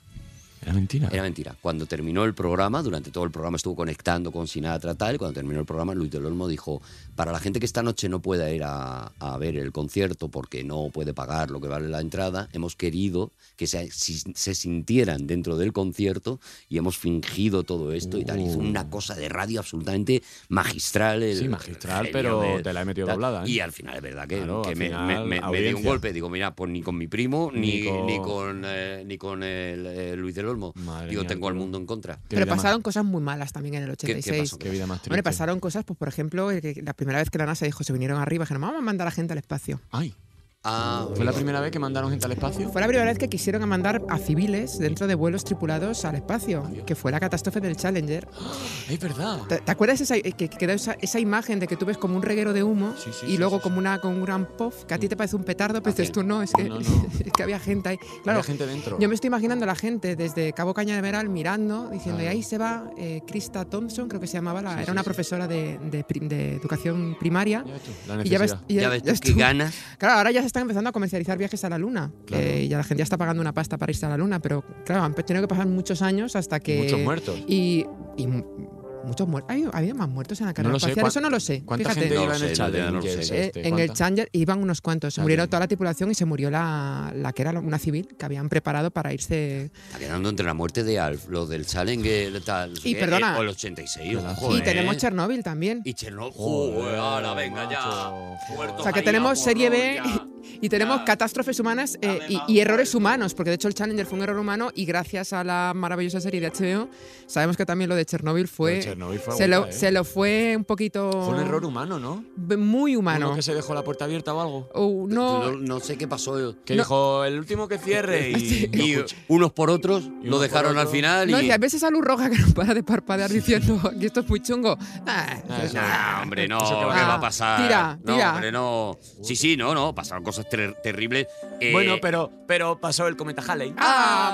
Era mentira.
Era mentira. Cuando terminó el programa, durante todo el programa estuvo conectando con Sinatra, tal. y Cuando terminó el programa, Luis del Olmo dijo: Para la gente que esta noche no pueda ir a, a ver el concierto porque no puede pagar lo que vale la entrada, hemos querido que se, si- se sintieran dentro del concierto y hemos fingido todo esto y tal. Hizo una cosa de radio absolutamente magistral. el
Uh. Sí, magistral,
genio
pero
del-
te la he metido
tal.
doblada, ¿eh?
Y al final, es verdad que,
Claro,
que
al
me,
final,
me- me- me dio un
audiencia.
golpe. Digo, mira, pues ni con mi primo, ni,
Ni con-
ni con, eh, ni con el, eh, Luis del Olmo.
Madre
Digo,
mía,
tengo al
Arturo.
mundo en contra.
Qué
Pero
vida más-
pasaron cosas muy malas también en el
qué
86.
pasó?
Qué vida más triste.
Hombre, pasaron cosas, pues por ejemplo, el que- la primera vez que la NASA dijo, se vinieron arriba, dijeron, vamos a mandar a gente al espacio.
Ay,
Ah,
¿fue la primera vez que mandaron gente al espacio?
Fue la primera vez que quisieron mandar a civiles dentro de vuelos tripulados al espacio, que fue la catástrofe del Challenger.
Es verdad.
¿Te, te acuerdas esa, eh, que que quedó esa, esa imagen de que tú ves como un reguero de humo
Sí, sí,
y
sí,
luego
sí,
como una con un gran puff, que a ti te parece un petardo, pero dices tú no, es que,
No, no.
es que había gente ahí. Claro,
Había gente dentro.
Yo me estoy imaginando a la gente desde Cabo Cañaveral mirando, diciendo,
Claro.
y ahí se va eh, Krista Thompson, creo que se llamaba, la,
Sí,
era
sí,
una
sí.
profesora de, de pri- de educación primaria.
Ya ves tú, la
Y ya ves,
necesidad.
y
ya ves
ya
tú qué
estuvo.
ganas.
Claro, ahora ya se están empezando a comercializar viajes a la luna.
Claro.
Eh, ya la gente ya está pagando una pasta para irse a la luna, pero claro, han tenido que pasar muchos años hasta que...
Muchos muertos.
Y, y mu- muchos muertos. ¿Ha habido, ha habido más muertos en la carrera
lo sé,
espacial?
cuán-
Eso no lo sé.
¿Cuánta
Fíjate.
gente
No
iba
lo
en el
sé, no, ya no lo
Challenger?
sé.
Eh,
este?
en el
¿Cuánta?
Challenger iban unos cuantos. Se
Ah,
murieron
bien.
toda la tripulación y se murió la, la que era una civil que habían preparado para irse.
Está quedando entre la muerte de Alf, lo del Challenger, tal. no sé
Y
qué,
perdona.
eh, O el 86.
Y
joder.
Y tenemos Chernóbil también.
Y Chernobyl.
Joder,
Joder, ahora, venga
macho,
ya.
joder.
Muertos
o sea, que
ahí,
tenemos
a
serie
borrón,
B
ya.
y tenemos
Ya.
catástrofes humanas eh,
Dame
y,
más
y errores
fuerte.
humanos, porque de hecho el Challenger fue un error humano y gracias a la maravillosa serie de HBO sabemos que también lo de Chernóbil fue...
Lo de Chernóbil fue
se, lo,
brutal, ¿eh?
se lo fue un poquito...
Fue un error humano, ¿no?
Muy humano.
Uno que se dejó la puerta abierta o algo.
O
No,
no,
no sé qué pasó.
Que dijo, el último que cierre y...
Y unos por otros
unos
lo
por
dejaron al
otros.
final.
no,
y...
y a veces a luz roja que no para de parpadear diciendo que esto es muy chungo. Ah,
Ah, eso.
Nah, hombre, no,
Eso que
¿qué
va.
va
Ah,
a pasar?
tira, tira.
No, hombre, no. Sí, sí, no, no, pasaron cosas ter- terribles. Eh,
Bueno, pero, pero pasó el cometa Halley.
¡Ah,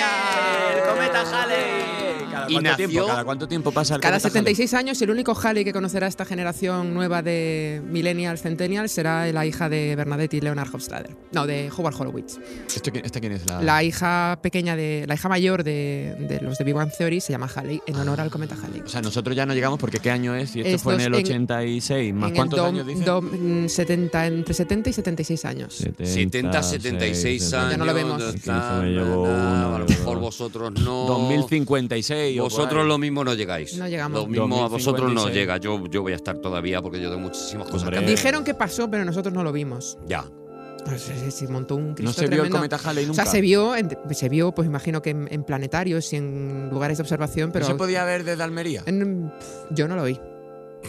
maravilla!
¡Bien! ¡El cometa Halley! ¿Cada
Y
cuánto,
nació-
tiempo, ¿Cada cuánto tiempo pasa el
Cada
cometa
76 años, el único Halley que conocerá esta generación nueva de Millennial Centennial será la hija de Bernadette y Leonard Hofstadter. No, de Howard Horowitz.
Halley? ¿Esto quién- ¿Esta quién es la...?
La hija pequeña de. La hija mayor de, de los de Big Bang Theory se llama Halley, en honor al cometa Halley.
O sea, nosotros ya no llegamos porque ¿qué año es? Y esto
Estos
fue en el
en-
86. ¿Más
En el
cuántos
dom-
años dicen?
dom- mm, 70, entre 70 y 76 años.
70, 76 años.
Ya no lo vemos.
tal,
Es que eso
na,
me llevó
na,
uno,
a lo
me
mejor
llevó-
vosotros no.
2056. o por
Vosotros
ahí.
lo mismo no llegáis.
No llegamos.
Lo mismo a vosotros no
2056.
llega. Yo, yo voy a estar todavía porque yo tengo muchísimas cosas que
Hombre.
hacer.
Dijeron que pasó, pero nosotros no lo vimos.
Ya.
No sé, Se, se Pues, eh, montó un Cristo
No se vio el
tremendo.
cometa Halley
o
nunca.
sea, se vio, en- se vio, pues imagino que en, en planetarios y en lugares de observación,
¿No
pero
se podía ver desde Almería?
En- pf, yo no lo vi.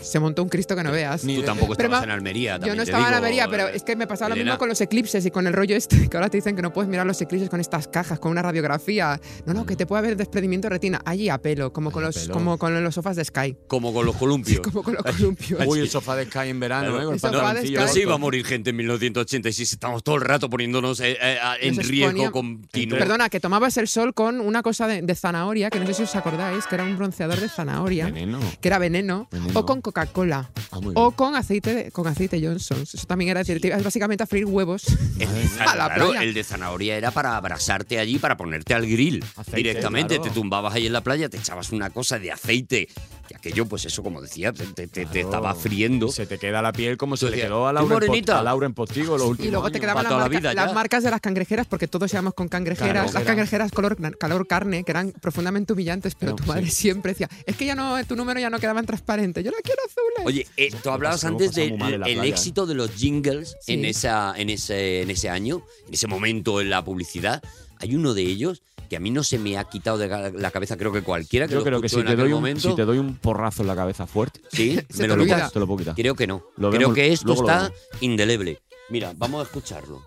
Se montó un Cristo que no veas.
Ni
Tú
de-
tampoco
Pero
estabas
ma-
en Almería.
yo
también
no
te
estaba en
digo,
Almería, pero
eh,
es que me pasaba lo
Elena.
mismo con los eclipses y con el rollo este, que ahora te dicen que no puedes mirar los eclipses con estas cajas, con una radiografía. No, no, que te puede haber desprendimiento de retina. Allí a pelo, como con,
Allí a
los,
pelo.
como con los sofás de Sky,
Como con los columpios.
como con los columpios.
Uy, el sofá de Sky en verano,
Claro.
¿eh? Con el
El sofá de
pantaloncillo
Sky.
Ya se
corto.
iba a morir gente en 1986. Estamos todo el rato poniéndonos eh, eh, a- en
Nos
riesgo
exponía-
continuo.
Perdona, que tomabas el sol con una cosa de, de zanahoria, que no sé si os acordáis, que era un bronceador de zanahoria.
Veneno.
que era veneno,
Veneno.
o con Coca-Cola,
Ah, muy
o
bien.
con aceite, de- con aceite Johnson's. Eso también era decir, te ibas básicamente a freír huevos.
El de, zan-
A la
claro,
playa.
el de zanahoria era para abrazarte allí, para ponerte al grill
Aceite,
directamente.
claro.
Te tumbabas ahí en la playa, te echabas una cosa de aceite Y aquello, pues eso, como decía, te, te- te- te estaba
Oh.
friendo.
Se te queda la piel como
Tú
se le
decías,
quedó a
"Tú,
Laura, en Pot-
morenita".
a Laura en Postigo los últimos
Y luego te
años.
quedaban las,
para toda la
marca-
vida,
las
ya.
marcas de las cangrejeras, porque todos íbamos con cangrejeras.
Claro,
las
era.
cangrejeras color, calor carne, que eran profundamente humillantes, pero
Era,
tu madre
sí.
siempre decía, es que ya no, tu número ya no quedaban transparentes, yo la quiero azules.
Oye, eh, tú hablabas
pasamos
antes
muy
del
mal en la
el
playa, ¿eh?
éxito de los jingles
Sí.
en, esa, en, ese, en ese año, en ese momento en la publicidad. Hay uno de ellos que a mí no se me ha quitado de ga- la cabeza, creo que cualquiera que
Yo
lo
creo que
escuchó
si
en
te,
aquel
doy un,
momento.
si te doy un porrazo en la cabeza fuerte,
Sí,
Se te
me lo
olvida.
quitas.
te lo puedo quitar.
Creo que no.
Lo
Creo
vemos-
que esto
luego lo
está
vemos.
indeleble. Mira, vamos a escucharlo.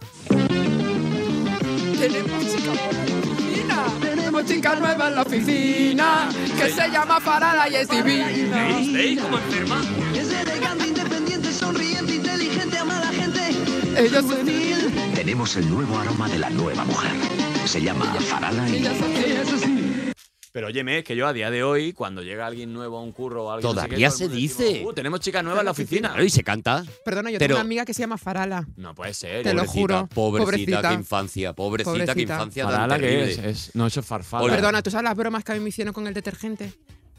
Tenemos chica por la oficina, tenemos chica nueva en la oficina, que se llama Farada y es divina.
¿Veis cómo enferma?
Es elegante, independiente, sonriente, inteligente, ama a la gente.
Ella es senil,
Tenemos el nuevo aroma de la nueva mujer. Se llama Farala
ella es senil.
Pero óyeme, es que yo a día de hoy, cuando llega alguien nuevo a un curro o alguien no sé qué,
Todavía
todo el
se
mundo
dice.
"Uh, tenemos chicas nuevas en la oficina.
Claro, y se canta.
Perdona, yo
Pero-
tengo una amiga que se llama Farala.
No puede ser.
Te lo
pobrecita.
juro.
Pobrecita,
Pobrecita.
qué infancia, pobrecita, qué
Pobrecita.
infancia tan
Farala que
terrible.
es, ¿eh? es- No, eso es farfala.
Hola.
Perdona, ¿tú sabes las bromas que a mí me hicieron con el detergente?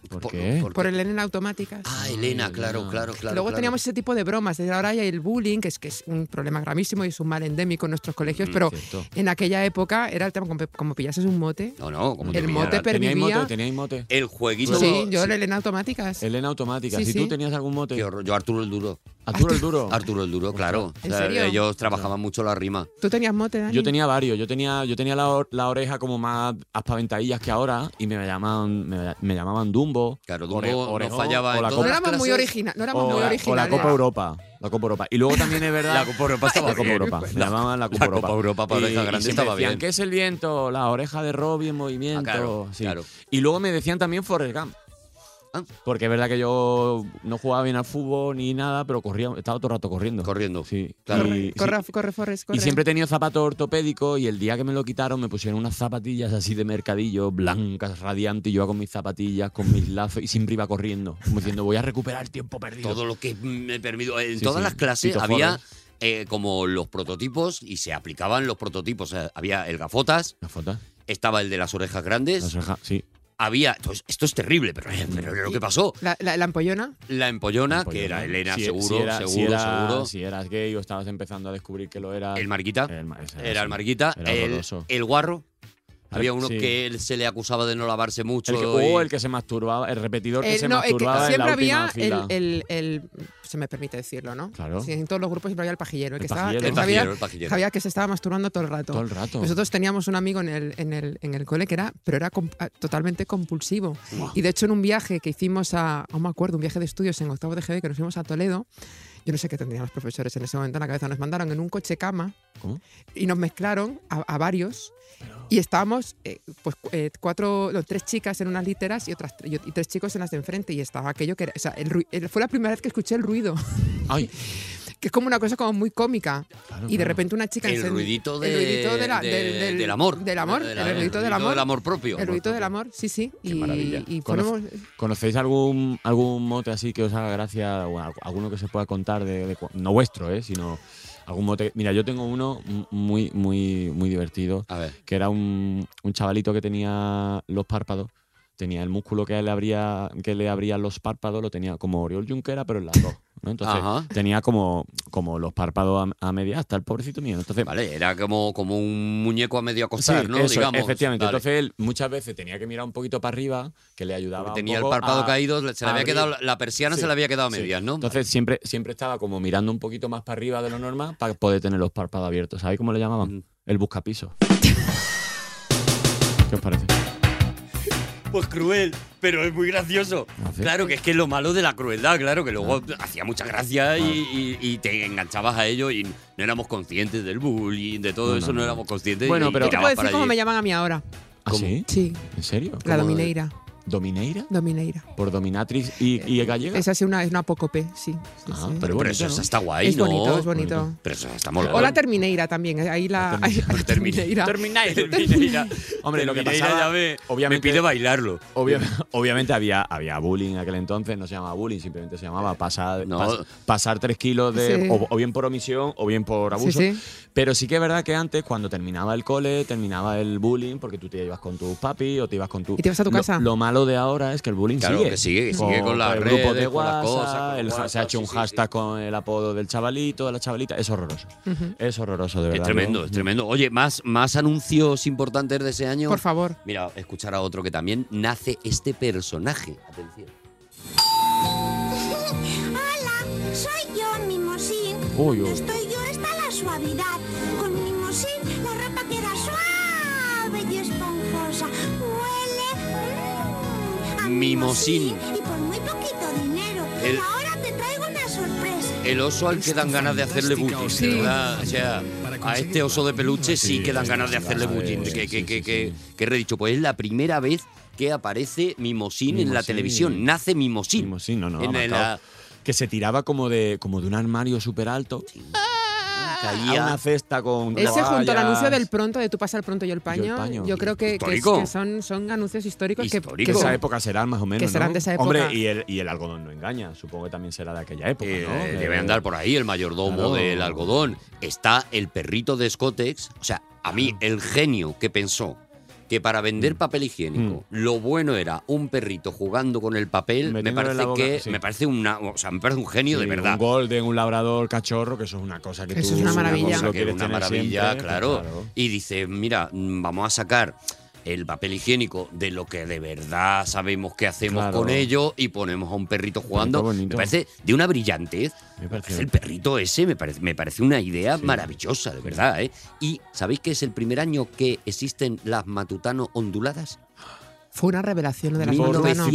¿Por qué?
Por el en automáticas.
Ah, Elena, claro, claro, claro.
Luego
claro.
teníamos ese tipo de bromas. Desde ahora hay el bullying, que es, que es un problema gravísimo y es un mal endémico en nuestros colegios, pero
cierto.
en aquella época era el tema, como, como pillases un mote.
No, no, como
El mote
¿Teníais
pervivía.
mote? ¿Teníais mote?
El jueguito.
Sí, yo el Elena Automáticas.
Elena Automática.
Sí,
si
sí.
tú tenías algún mote.
Qué horror. Yo Arturo el Duro.
Arturo el Duro.
Arturo el Duro, claro.
¿En
O sea,
serio?
Ellos trabajaban mucho la rima.
¿Tú tenías mote, Dani?
Yo tenía varios, yo tenía, yo tenía la, or- la oreja como más aspaventadillas que ahora y me llamaban, me, me llamaban Dumbo.
Claro, Dumbo
Ore-
no
Orejón,
fallaba en
o la
No
todas
Copa,
éramos muy,
clases?
origina no éramos
o
muy
la- o la
originales.
Copa Europa. La Copa Europa. Y luego también es verdad.
La Copa Europa estaba
La Copa
bien.
Europa. Me llamaban la Copa
la
Europa.
Copa Europa para
Y-
oreja
y
grande
siempre
estaba
decían,
bien.
¿qué es el viento? La oreja de Robbie en movimiento.
Ah, claro,
sí.
claro.
Y luego me decían también Forrest Gump.
Ah.
Porque es verdad que yo no jugaba bien al fútbol ni nada, pero corría, estaba todo el rato corriendo.
Corriendo.
Sí.
Claro.
Y- sí.
Corre, corre, Forrest, corre.
Y siempre he tenido zapatos ortopédicos y el día que me lo quitaron me pusieron unas zapatillas así de mercadillo, blancas, radiantes, y yo iba con mis zapatillas, con mis lazos, y siempre iba corriendo, como diciendo, voy a recuperar el tiempo perdido.
Todo lo que me he permitido. En
Sí,
todas
sí.
las clases
Tito
había
Forrest.
eh, como los prototipos y se aplicaban los prototipos. O sea, había el gafotas,
Las fotos,
estaba el de las orejas
las
grandes,
orejas, sí.
había. esto es- esto es terrible, pero, eh, pero es lo que pasó.
La, la- la ampollona.
La empollona,
Pues
que
yo
era
no.
Elena,
Si-
seguro,
si era-
seguro,
si era-
seguro.
Si eras gay o estabas empezando a descubrir que lo eras.
el Marquita.
el ma- ese
Era el
sí.
Marquita.
Era
el,
horroroso.
el Guarro. Había uno
Sí.
que él se le acusaba de no lavarse mucho.
El que,
y-
o el que se masturbaba, el repetidor que
Eh,
se
no, es que
masturbaba en
siempre
la última
había el,
fila.
el- el- Se me permite decirlo, ¿no?
Claro.
Sí, en todos los grupos siempre había el pajillero. El,
El
que estaba-
pajillero.
El
que
pajillero,
sabía-
el pajillero.
Sabía que se estaba masturbando todo el rato.
Todo el rato.
Nosotros teníamos un amigo en el, en el, en el cole que era, pero era com- ah, totalmente compulsivo. Y de hecho, en un viaje que hicimos a, aún me acuerdo, un viaje de estudios en octavo de GB que nos fuimos a Toledo, yo no sé qué tendrían los profesores en ese momento en la cabeza, nos mandaron en un coche cama
¿Cómo?
y nos mezclaron a, a varios. Y estábamos, eh, pues, cu- eh, cuatro, no, tres chicas en unas literas y, otras, tre- y, y tres chicos en las de enfrente. Y estaba aquello que era, o sea, el ru- el- fue la primera vez que escuché el ruido,
Ay,
que es como una cosa como muy cómica.
claro,
Y de
claro.
repente una chica...
el
encend-
ruidito,
el
de-
ruidito de la-
de-
del, del-
del amor.
Del amor,
De
el,
la-
ruidito del amor.
del amor propio.
El ruidito del amor, sí, sí. y,
maravilla.
y
Conoce-
ponemos-
¿Conocéis algún, algún mote así que os haga gracia? O al- alguno que se pueda contar, de, de cu- no vuestro, ¿eh? sino algún mote. Mira, yo tengo uno m- muy, muy, muy divertido,
A ver.
que era un, un chavalito que tenía los párpados, tenía el músculo que le abría, que le abría los párpados, lo tenía como Oriol Junquera, pero en las dos. ¿no? Entonces
Ajá.
tenía como, como los párpados a, a media hasta el pobrecito mío. Entonces,
Vale, era como, como un muñeco a medio
Sí,
acostar, ¿no?
eso,
Digamos.
efectivamente.
Vale.
Entonces él muchas veces tenía que mirar un poquito para arriba, que le ayudaba.
Porque
un
tenía el
poco
párpado
a-
caído, se le había
abrir.
quedado, la persiana
Sí,
se le había quedado a
sí.
medias, ¿no?
Entonces siempre, siempre estaba como mirando un poquito más para arriba de lo normal para poder tener los párpados abiertos. ¿Sabéis cómo le llamaban?
Mm.
El buscapiso. ¿Qué os parece?
Pues cruel, pero es muy gracioso.
Gracias.
Claro, que es que es lo malo de la crueldad, claro, que luego
Ah.
hacía mucha gracia y, y- y te enganchabas a ello y no éramos conscientes del bullying, de todo
No, no,
eso, no,
no.
éramos conscientes.
Bueno,
y
pero-
Yo te
Mira,
tirabas
puedo decir
para
cómo
allí.
me llaman a mí ahora.
¿Ah,
¿Cómo?
sí?
Sí,
¿En serio?
la
¿Cómo?
domineira.
¿Domineira?
Domineira.
¿Por dominatrix y, y gallega?
Esa es una, es una poco P, sí. sí,
Ah,
sí.
pero
Pero,
bonito,
eso,
¿no?
eso está guay,
es
¿no?
bonito, es bonito.
Pero eso está
O
molado.
la Termineira también. Ahí la.
La Termi-
ahí la Termineira.
Termineira.
Hombre, lo que
Termineira
pasaba,
ya ve,
obviamente-
me pide bailarlo.
Obvia- obviamente había, había bullying en aquel entonces, no se llamaba bullying, simplemente se llamaba pasar,
No.
pas- pasar tres kilos de.
Sí.
O, o bien por omisión o bien por abuso.
Sí, sí.
Pero sí que es verdad que antes, cuando terminaba el cole, terminaba el bullying porque tú te ibas con tus papis o te ibas con tu.
Y te ibas a tu
Lo-
casa.
Lo, más malo de ahora es que el bullying
Claro,
sigue.
que sigue, que sigue con las
el grupo
redes,
de
con las
WhatsApp,
cosas, con
el ha- se
WhatsApp,
ha hecho un
sí, sí,
hashtag con el apodo del chavalito, de la chavalita. Es horroroso. Es horroroso, de
Es
verdad.
tremendo,
¿no?
es tremendo. Oye, más, más anuncios importantes de ese año.
Por favor.
Mira, escuchar a otro que también nace este personaje. Atención.
Hola, soy yo, Mimosín.
Uy, uy.
Estoy yo hasta la suavidad. Con Mimosín la ropa queda suave y esponjosa. Huele mm, a
Mimosín.
Y por muy poquito dinero.
El-
Y ahora te traigo una sorpresa.
El oso al que dan ganas de hacerle bullying,
Sí.
de ¿verdad? O sea, a este oso de peluche sí que dan ganas de hacerle
sí,
bullying.
sí,
Que, que,
sí,
que, que, que redicho, pues es la primera vez que aparece Mimosín, en la
Mimosín.
televisión. Nace Mimosín.
Mimosín, no, no,
En
ha
el-
marcado. Que se tiraba como de, como de un armario súper alto. Caía a Ah, una cesta con.
Ese junto al
toallas.
anuncio del pronto, de tú pasa el pronto y el paño, yo,
paño.
creo que, que-
Histórico.
que son, son anuncios históricos que-
Que
que,
esa
son-
época será más o menos.
que
¿no?
serán de esa época.
Hombre, y el, y el algodón no engaña. Supongo que también será de aquella época.
Eh,
¿no?
eh,
Eh,
debe andar por ahí el mayordomo
claro.
del algodón. Está el perrito de Scotex. O sea, a mí el genio que pensó que para vender
Mm.
papel higiénico lo bueno era un perrito jugando con el papel, me
Metiéndole
parece
la boca-
que
sí.
me parece una, o sea, me parece un genio de
Sí,
verdad.
Un golden, un labrador, cachorro, que eso es una cosa que
Eso
tú
es una maravilla.
cosa
cosa
lo
que
quieres
una
tener
maravilla,
siempre, pues, ¿eh?
claro. Y dice, mira, mm, vamos a sacar el papel higiénico de lo que de verdad sabemos que hacemos
Claro.
con ello y ponemos a un perrito jugando.
bonito.
Me parece de una brillantez.
Me parece-
el perrito ese, me parece, me parece una idea maravillosa, de verdad. ¿eh? Y ¿sabéis que es el primer año que existen las matutano onduladas?
Fue una revelación lo de la Fernando Gano.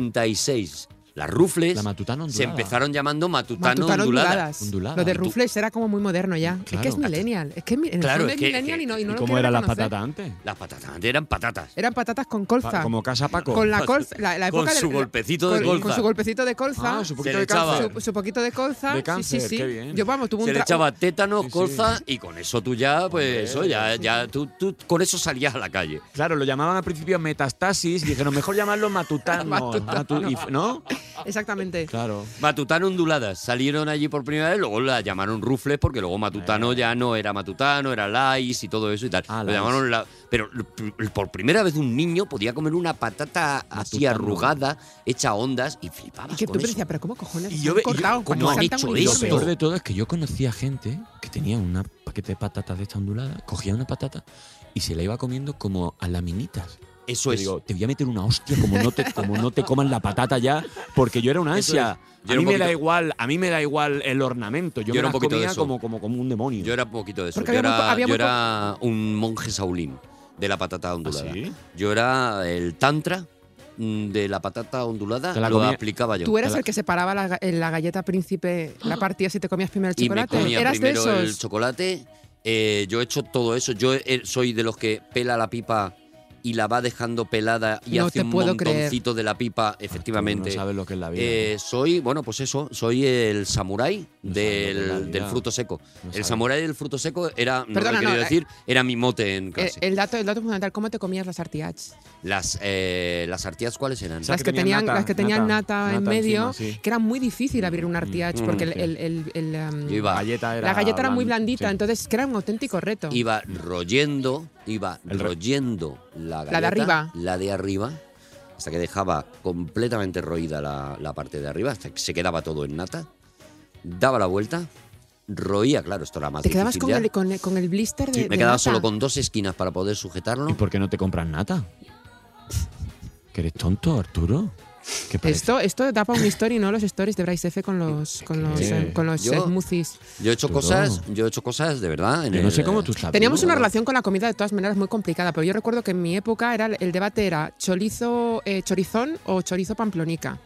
1986. Las rufles
La matutana
se
ondulada.
empezaron llamando matutano,
Matutano
onduladas.
onduladas. Lo de
Y tú-
Rufles era como muy moderno ya. Es que es
Claro.
millennial. Es que mi- en el
Claro,
fondo
es
es
que-
millennial
que-
y no, y no
¿y
lo
¿Cómo
quiere
eran las
reconocer.
patatas antes?
Las patatas antes eran patatas.
Eran patatas con
Pa-
colza.
como Casa Paco.
Con la
Con-
colza. La, la
con
época
su
la-
golpecito de
con- Con
colza.
su golpecito de colza.
Ah, su
poquito Se le de echaba- cáncer.
Su, su poquito de colza.
De
sí,
cáncer,
sí, sí.
qué bien.
Yo, vamos, tuve
Se
un
le
tra-
echaba tétanos,
Sí, sí.
colza y con eso tú ya, pues eso, ya, ya tú, tú con eso salías a la calle.
Claro, lo llamaban al principio metastasis y dijeron, mejor llamarlo matutano.
Matutano.
matu- y f- ¿No?
Exactamente.
Claro.
Matutano onduladas, salieron allí por primera vez, luego la llamaron rufles porque luego
Eh.
matutano ya no era matutano, era lais y todo eso y tal.
Ah,
Lo
Lais.
llamaron la- pero l- p- por primera vez un niño podía comer una patata así
Matutano.
arrugada, hecha ondas y flipabas
Y que tú
con eso.
decías, pero ¿cómo cojones?
Y
se
yo
han
ve- y yo-
cortado?
¿cómo
Cuando
han
saltan
hecho
un
Lo
Esto.
peor de todo es que yo conocía gente que tenía un paquete de patatas de esta ondulada, cogía una patata y se la iba comiendo como a laminitas.
Eso
Te
es.
digo, te voy a meter una hostia como no te, como no te coman la patata ya, porque yo era una
Eso
ansia.
es. Yo
A
era
mí
un
me da
poquito-
igual, a mí me da igual el ornamento. Yo,
Yo
me
era un
las
poquito de
comía
eso.
como, como, como un demonio.
Yo era un poquito de eso.
Porque
yo
había muy po-
era,
había
yo
muy po- ¿Ah,
era un monje saulín de la patata ondulada.
sí?
Yo era el tantra mm, de la patata ondulada,
Te la
lo
comía-
aplicaba yo.
Tú eras el que separaba la, ga- en la galleta príncipe, la partida si te comías primero el
y me
chocolate.
comía
Eras de
primero el
esos.
chocolate. eh, yo he hecho todo eso. Yo eh, soy de los que pela la pipa y la va dejando pelada y
No
hace
te
un
puedo creer.
montoncito de la pipa, efectivamente.
Ah, No sabes lo que es la vida.
Eh, soy, bueno, pues eso, soy el samurái
No sabe lo que es la
del,
vida.
del fruto seco.
No
el
sabe.
samurái del fruto seco era, no lo he
Perdona, no,
querido
eh,
decir, era mi mote en
El,
clase.
Eh, el dato, el dato fundamental, ¿cómo te comías las artiachs?
Las, eh, las artías, ¿cuáles eran?
sea,
las
que
que,
tenían
tenían,
nata,
las que tenían nata,
nata,
en
nata
medio,
encima, sí.
que era muy difícil abrir un artiach
Mm,
porque el,
sí.
el- el- el, um,
Yo iba,
Galleta era
la galleta era muy
blan-
blandita,
sí.
entonces que era un auténtico reto.
iba royendo, iba
El re-
royendo la galleta.
de arriba.
La de arriba. Hasta que dejaba completamente roída la, la parte de arriba, hasta que se quedaba todo en nata. Daba la vuelta, roía, claro, esto era más
te quedabas
difícil
con
ya.
el, con, el- con el blister de,
Sí,
de
me quedaba
nata.
solo con dos esquinas para poder sujetarlo.
¿Y por qué no te compras nata? ¿Que eres tonto, Arturo? ¿Qué parece?
Esto, esto da para un story, ¿no? Los stories de Bryce F con los, con los,
¿Qué?
eh, con los
Yo-
smoothies.
Yo he hecho
Arturo.
cosas, yo he hecho cosas de verdad. En
Yo no
el,
sé cómo
eh,
tú sabes.
Teníamos
¿no?
una relación con la comida de todas maneras muy complicada, pero yo recuerdo que en mi época era el debate era chorizo eh, chorizón o chorizo pamplonica.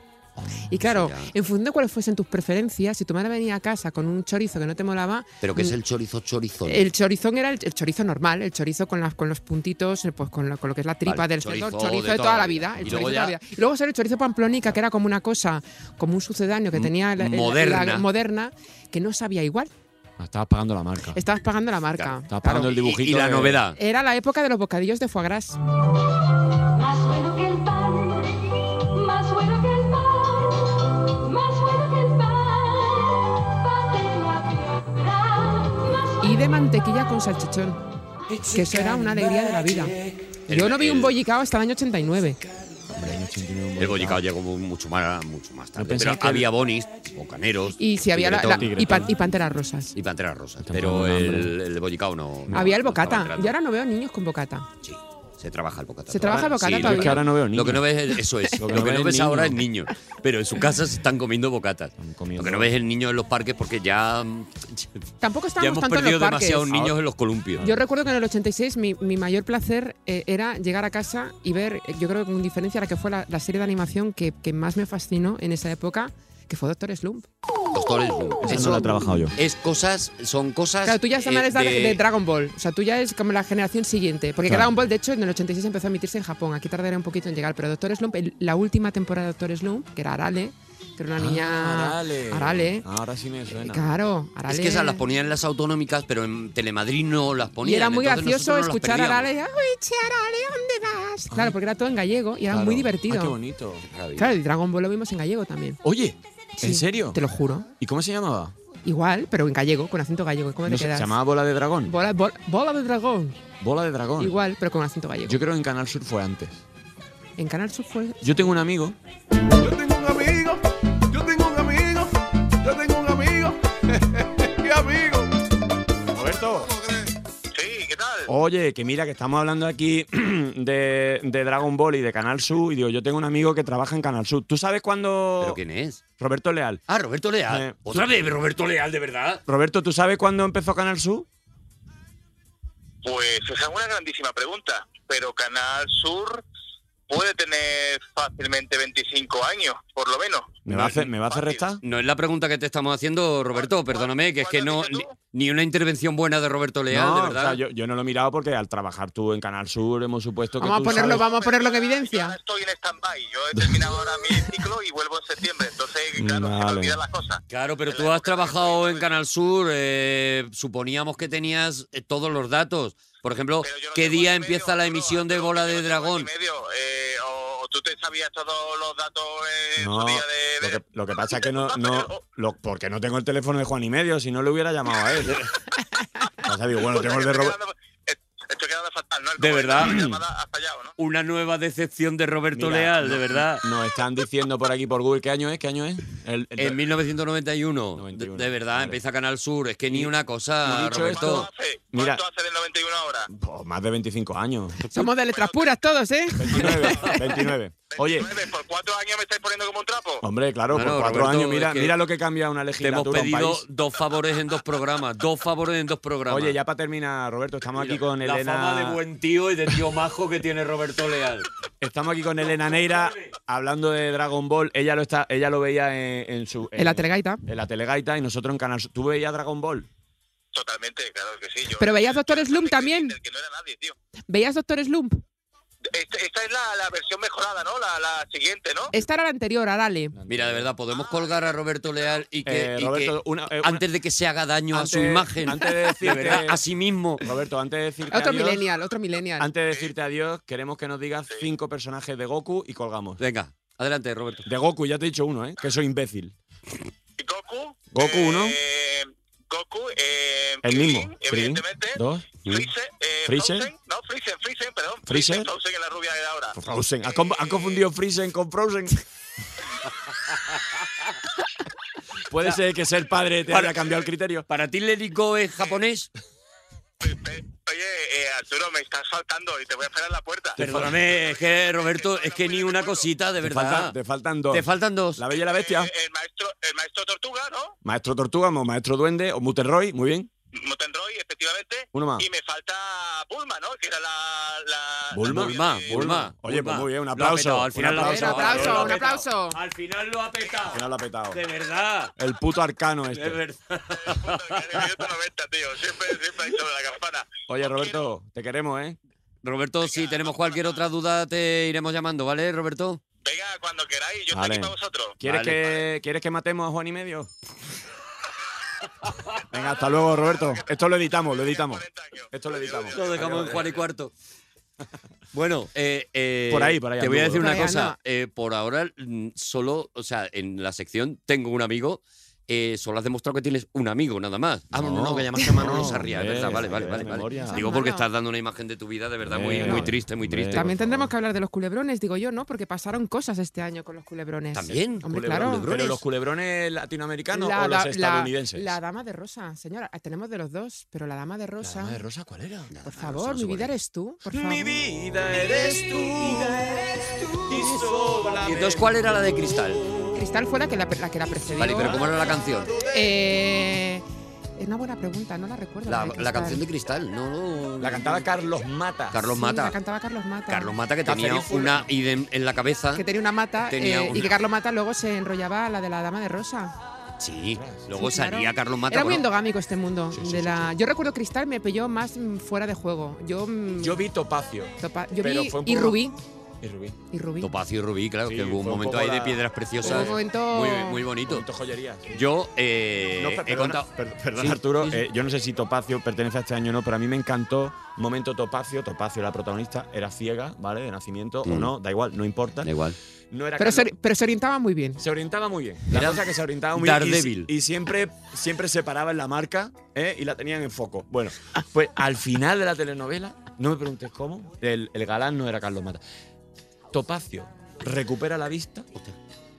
Y claro,
eso ya.
en función de cuáles fuesen tus preferencias, si tu madre venía a casa con un chorizo que no te molaba,
Pero que es el chorizo chorizón.
mm, el chorizón era el, el chorizo normal, el chorizo con, las, con los puntitos, eh, pues con, lo- con lo que es la tripa
Vale,
del cerdo,
chorizo
el chorizo
de
de toda, la vida. el
Y
chorizo
luego
de toda la
ya-
vida. Y luego ser el chorizo pamplónica, que era como una cosa, como un sucedáneo que tenía la, la-
Mm, moderna.
la moderna, que no sabía igual.
Ah, Estabas pagando la marca.
Estabas pagando la marca.
Estabas
Claro.
pagando el dibujito.
y, y la
de-
novedad.
Era la época de los bocadillos de foie gras.
Más bueno que el pan, más bueno que el pan, más bueno que el pan, patelo a piedra, más
y de mantequilla con salchichón. Que eso era una alegría de la vida.
El-
Yo no vi
el-
un bollicao hasta el año 89.
El bollicao llegó mu- mucho más, mucho más tarde.
pensaba
Pero
que el-
había bonis, bocaneros.
Y si había la- la-
tigretón.
y, pan- y panteras rosas.
Y panteras rosas.
Está
Pero
con hambre.
el, el bollicao no. no-
había el
no estaba
bocata.
entrando.
Y ahora no veo niños con bocata.
Se trabaja el bocata.
Se trabaja el bocata
lo
todavía. Yo es que ahora no veo
Lo
niños.
que no ves es eso es. lo que no,
ves es
ves
niños.
ahora es niño. Pero en sus casas están comiendo bocatas. Lo que no ves es niños en los parques porque ya,
Tampoco estábamos
ya hemos
tanto en los
perdido
parques.
demasiados niños en los columpios.
Yo recuerdo que en el 86 mi, mi mayor placer eh, era llegar a casa y ver, eh, yo creo que con diferencia la que fue la, la serie de animación que, que más me fascinó en esa época, que fue Doctor Slump.
Doctores Who.
Esa no
Eso
la he trabajado yo.
Es cosas, son cosas.
Claro, tú ya
eh,
eres de... de Dragon Ball, o sea, tú ya es como la generación siguiente, porque
Claro.
Dragon Ball de hecho en el 86 empezó a emitirse en Japón, aquí tardaré un poquito en llegar, pero Doctor Slump, el- la última temporada de Doctor Slump, que era Arale, que era una
Ah,
niña...
Arale.
Arale.
Ah, Ahora sí me suena.
Claro, Arale.
Es que esas las ponían en las autonómicas, pero en Telemadrid no las ponían.
Y era muy
entonces
gracioso
nosotros nos las
escuchar a Arale,
perdíamos.
"Ay, che, Arale, ¿dónde vas? Claro, porque era todo en gallego y era
Claro.
muy
Ay,
Ah,
divertido.
qué bonito.
Claro, el Dragon Ball lo vimos en gallego también.
Oye,
Sí,
¿en serio?
Te lo juro.
¿Y cómo se llamaba?
Igual, pero en gallego, con acento gallego. ¿Cómo
No
te
sé, se
quedas?
llamaba Bola de Dragón.
Bola, bol- bola de dragón.
Bola de Dragón.
Igual, pero con acento gallego.
Yo creo que en Canal Sur fue antes.
En Canal Sur fue...
Yo tengo un amigo.
Yo tengo un amigo, yo tengo un amigo, mi amigo.
Roberto. Oye, que mira, que estamos hablando aquí de, de Dragon Ball y de Canal Sur. Y digo, yo tengo un amigo que trabaja en Canal Sur. ¿Tú sabes cuándo.
¿Pero quién es?
Roberto Leal.
Ah, Roberto Leal.
Eh,
¿Otra vez Roberto Leal, de verdad?
Roberto, ¿tú sabes cuándo empezó Canal Sur?
Pues esa es una grandísima pregunta, pero Canal Sur puede tener fácilmente 25 años, por lo menos.
¿Me va a hacer, me va a hacer restar?
No es la pregunta que te estamos haciendo, Roberto, perdóname, que es que no, ni, ni una intervención buena de Roberto Leal,
No,
de
o
verdad.
sea, yo, yo no lo he mirado porque al trabajar tú en Canal Sur hemos supuesto que
Vamos a
tú
ponerlo,
sabes-
vamos a ponerlo en evidencia.
Mm, Vale.
Claro, pero tú has trabajado en Canal Sur, eh, suponíamos que tenías eh, todos los datos. Por ejemplo, ¿qué día empieza la emisión de Bola de Dragón?
eh,
No, lo, que, lo que pasa es que no, no lo- porque no tengo el teléfono de Juan y medio, si no le hubiera llamado a él. O sea, digo,
Pues,
bueno, tengo el de Roberto.
eh,
De verdad, una nueva decepción de Roberto
Mira,
Leal,
no-
de verdad.
Nos están diciendo por aquí por Google qué año es, qué año es. El, el-
En 1991, de- de, verdad, empieza Canal Sur. Es que ni una cosa,
No, dicho
Roberto.
mira, po, pues, más de 25 años.
Somos de letras puras todos, ¿eh?
29, 29. Oye. Oh. ¿Por cuatro años me estáis poniendo como un trapo? Hombre, claro,
Bueno,
por cuatro
Roberto,
años. Mira,
es que
mira lo que cambia una
Te hemos
legislatura, un
pedido
país.
dos favores en dos programas, dos favores en dos programas.
Oye, ya para terminar, Roberto, estamos aquí con
la
Elena.
fama de buen tío y de tío majo que tiene Roberto Leal.
Estamos aquí con Elena Neira hablando de Dragon Ball. Ella lo está, ella lo veía en, en su
En la telegaita.
en la telegaita y nosotros en Canal Sur. ¿Tú veías Dragon Ball?
Pero veías Doctor Slump también. ¿Veías Doctor Slump?
Este,
Esta es la, versión mejorada, ¿no? La, siguiente, ¿no? Esta era la anterior, Arale.
Mira, de verdad, podemos colgar a Roberto Leal y que,
Eh,
y que
Roberto,
antes de que se haga daño a su imagen,
Antes de decirte,
verdad, a sí mismo.
Roberto, antes de decirte
Otro
adiós,
millennial, otro millennial.
antes de decirte adiós, queremos que nos digas cinco personajes de Goku y colgamos.
Venga, adelante, Roberto.
De Goku, ya te he dicho uno, ¿eh? Que soy imbécil. Goku? Goku uno. Goku, El mismo. evidentemente. Dos. Freezer. eh, No, Freezer, Freezen, perdón. Freezer. Frozen la rubia de ahora. Eh. Frozen. ¿Han, com- han confundido Freezen con Frozen? Puede ser que ser padre te haya cambiado el criterio.
Para ti, Lérico es japonés.
eh,
Perdóname, es que Roberto, es que ni una cosita, de
Te
verdad.
faltan, te faltan dos.
Te faltan dos.
La Bella y la Bestia.
Eh,
maestro Tortuga, ¿no? Maestro Duende o Muterroy, muy bien. Muterroy, efectivamente. Uno más. Y me falta Bulma, ¿no? Que era la.
Bulma, Bulma.
Oye,
Bulma.
pues muy bien, un
Lo ha
aplauso.
petado, al final
un
lo ha
aplauso.
Un aplauso, un aplauso.
Al final lo ha petado.
Al final lo ha petado.
De verdad.
El puto arcano
De
este.
verdad.
Oye, Roberto, te queremos, ¿eh?
Roberto, si tenemos cualquier otra duda, te iremos llamando, ¿vale, Roberto?
Vale. ¿Quieres,
Vale.
que, ¿Quieres que matemos a Juan y medio? Venga, hasta luego, Roberto. Esto lo editamos, lo editamos. Esto lo editamos.
Lo dejamos en Juan y Cuarto. Bueno, eh, eh,
Por ahí, por ahí
Te voy a decir
anduvo. Por
una
ahí
cosa.
andaba.
Eh, por ahora, mm, solo, o sea, en la sección tengo un amigo eh, solo has demostrado que tienes un amigo, nada más. Ah, no, no,
No,
que llamaste a Manolo
no,
Sarria, es
hombre,
verdad, vale,
esa
vale,
que
vale.
es
vale.
memoria.
Digo, porque estás dando una imagen de tu vida de verdad muy,
Hombre,
muy triste, muy triste.
También tendremos que hablar de los culebrones, digo yo, ¿no? Porque pasaron cosas este año con los culebrones.
También,
Hombre,
culebrones.
claro.
Pero los culebrones latinoamericanos
La
o
da-
los estadounidenses.
La, la dama de rosa, señora, Ah, tenemos de los dos, pero la dama de rosa.
dama de rosa cuál era?
Ah,
Por favor, mi vida eres tú. Por favor.
Mi vida eres tú.
Y
¿Y entonces cuál era la de Cristal?
Cristal fue la que la, la que la precedió.
Vale, pero ¿cómo era la canción?
Eh, es una buena pregunta, no la recuerdo.
La,
de
la
Cristal.
canción de Cristal, no.
La cantaba Carlos Mata.
Carlos
Sí,
Mata.
La cantaba Carlos Mata.
Carlos Mata que
Cacería
tenía
full.
una idem en la cabeza.
que tenía una mata
Tenía
eh,
una-
y que Carlos Mata luego se enrollaba a la de la dama de rosa.
Sí, luego
Sí, claro.
salía Carlos Mata.
Era muy
bueno,
endogámico este mundo. de la... Yo recuerdo Cristal me pilló más mm, fuera de juego. Yo, mm,
Yo vi Topacio.
topa- yo
pero
vi-
fue un
y
poco-
Rubí.
Y Rubí.
Y Rubí.
Topacio y Rubí, claro, que hubo un
fue un
momento
poco
ahí de
la-
piedras preciosas.
Hubo un momento-
Muy, muy bonito.
Momento joyería, sí.
Yo eh,
No, per-
he
perdona,
contado.
per- perdona,
Sí,
Arturo,
sí, sí.
eh, yo no sé si Topacio pertenece a este año o no, pero a mí me encantó Momento Topacio. Topacio, la protagonista, era ciega, ¿vale? De nacimiento o
Mm.
no, da igual, no importa. Da
igual.
No era
Pero
Carlos-
se, pero se orientaba muy bien.
Se orientaba muy bien. La
Era
cosa que se orientaba muy bien. y-
Daredevil.
Y, siempre, siempre se paraba en la marca ¿eh? y la tenían en foco. Bueno, pues al final de la telenovela, no me preguntes cómo, el, el galán no era Carlos Mata. Topacio recupera la vista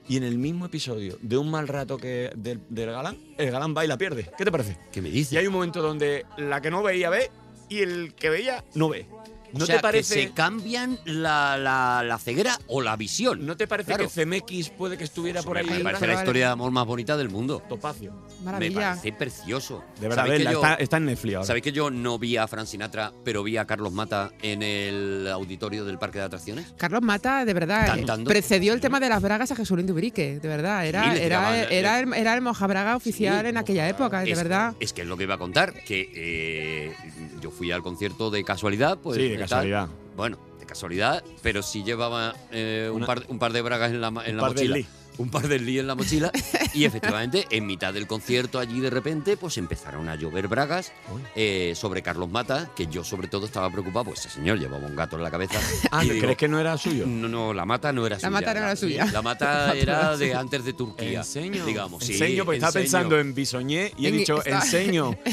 y en el mismo episodio de un mal rato que del, del galán, el galán va y la pierde. ¿Qué te parece?
¿Qué me dices?
Y hay un momento donde la que no veía ve y el que veía no ve. ¿No
o sea,
te parece?
que se cambian la, la- la ceguera o la visión.
¿No te parece
Claro.
que CMX puede que estuviera por
me,
ahí?
me parece la historia de amor más bonita del mundo.
Topacio.
Me
Maravilla.
parece precioso.
De verdad,
¿Sabéis que
verla,
yo-
está, está en Netflix ahora.
¿Sabéis que yo no vi a Fran Sinatra, pero vi a Carlos Mata en el auditorio del parque de atracciones?
Carlos Mata, de verdad, eh,
Cantando.
precedió el tema de las bragas a Jesulín de Urique, de verdad. Era,
le
era,
tiraban-
era, el, era el mojabraga oficial en aquella época, de
es,
verdad.
Es que es lo que iba a contar, que eh, yo fui al concierto de casualidad, pues.
Sí, de
eh, tal.
casualidad.
Bueno, de casualidad, pero sí llevaba eh, un,
Una-
par, un par de bragas en la, ma- en
un
la
par de
mochila.
li.
un par de li en la mochila. y efectivamente, en mitad del concierto, allí de repente, pues empezaron a llover bragas eh, sobre Carlos Mata, que yo sobre todo estaba preocupado, pues ese señor llevaba un gato en la cabeza.
Ah,
y
¿crees
digo,
que no era suyo?
No, no, la mata no era
La
suya.
mata no era suya.
La
La
mata
mata no
era
era
de
suya.
antes de Turquía.
Enseño.
Digamos, sí,
enseño, porque estaba
enseño.
pensando en Bisoñé y he
En-
dicho,
está-
enseño.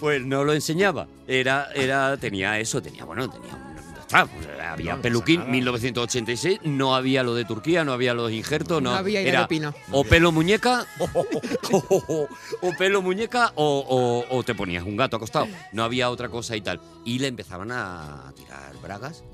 Pues no lo enseñaba. Era, era, tenía eso, tenía, bueno, tenía un. ya está, pues, había
No, no
peluquín,
pasa nada.
1986, no había lo de Turquía, no había los injertos, no,
No había idea
era
de pino.
o pelo muñeca, o, pelo muñeca, o, o- o te ponías un gato acostado, no había otra cosa y tal. Y le empezaban a tirar bragas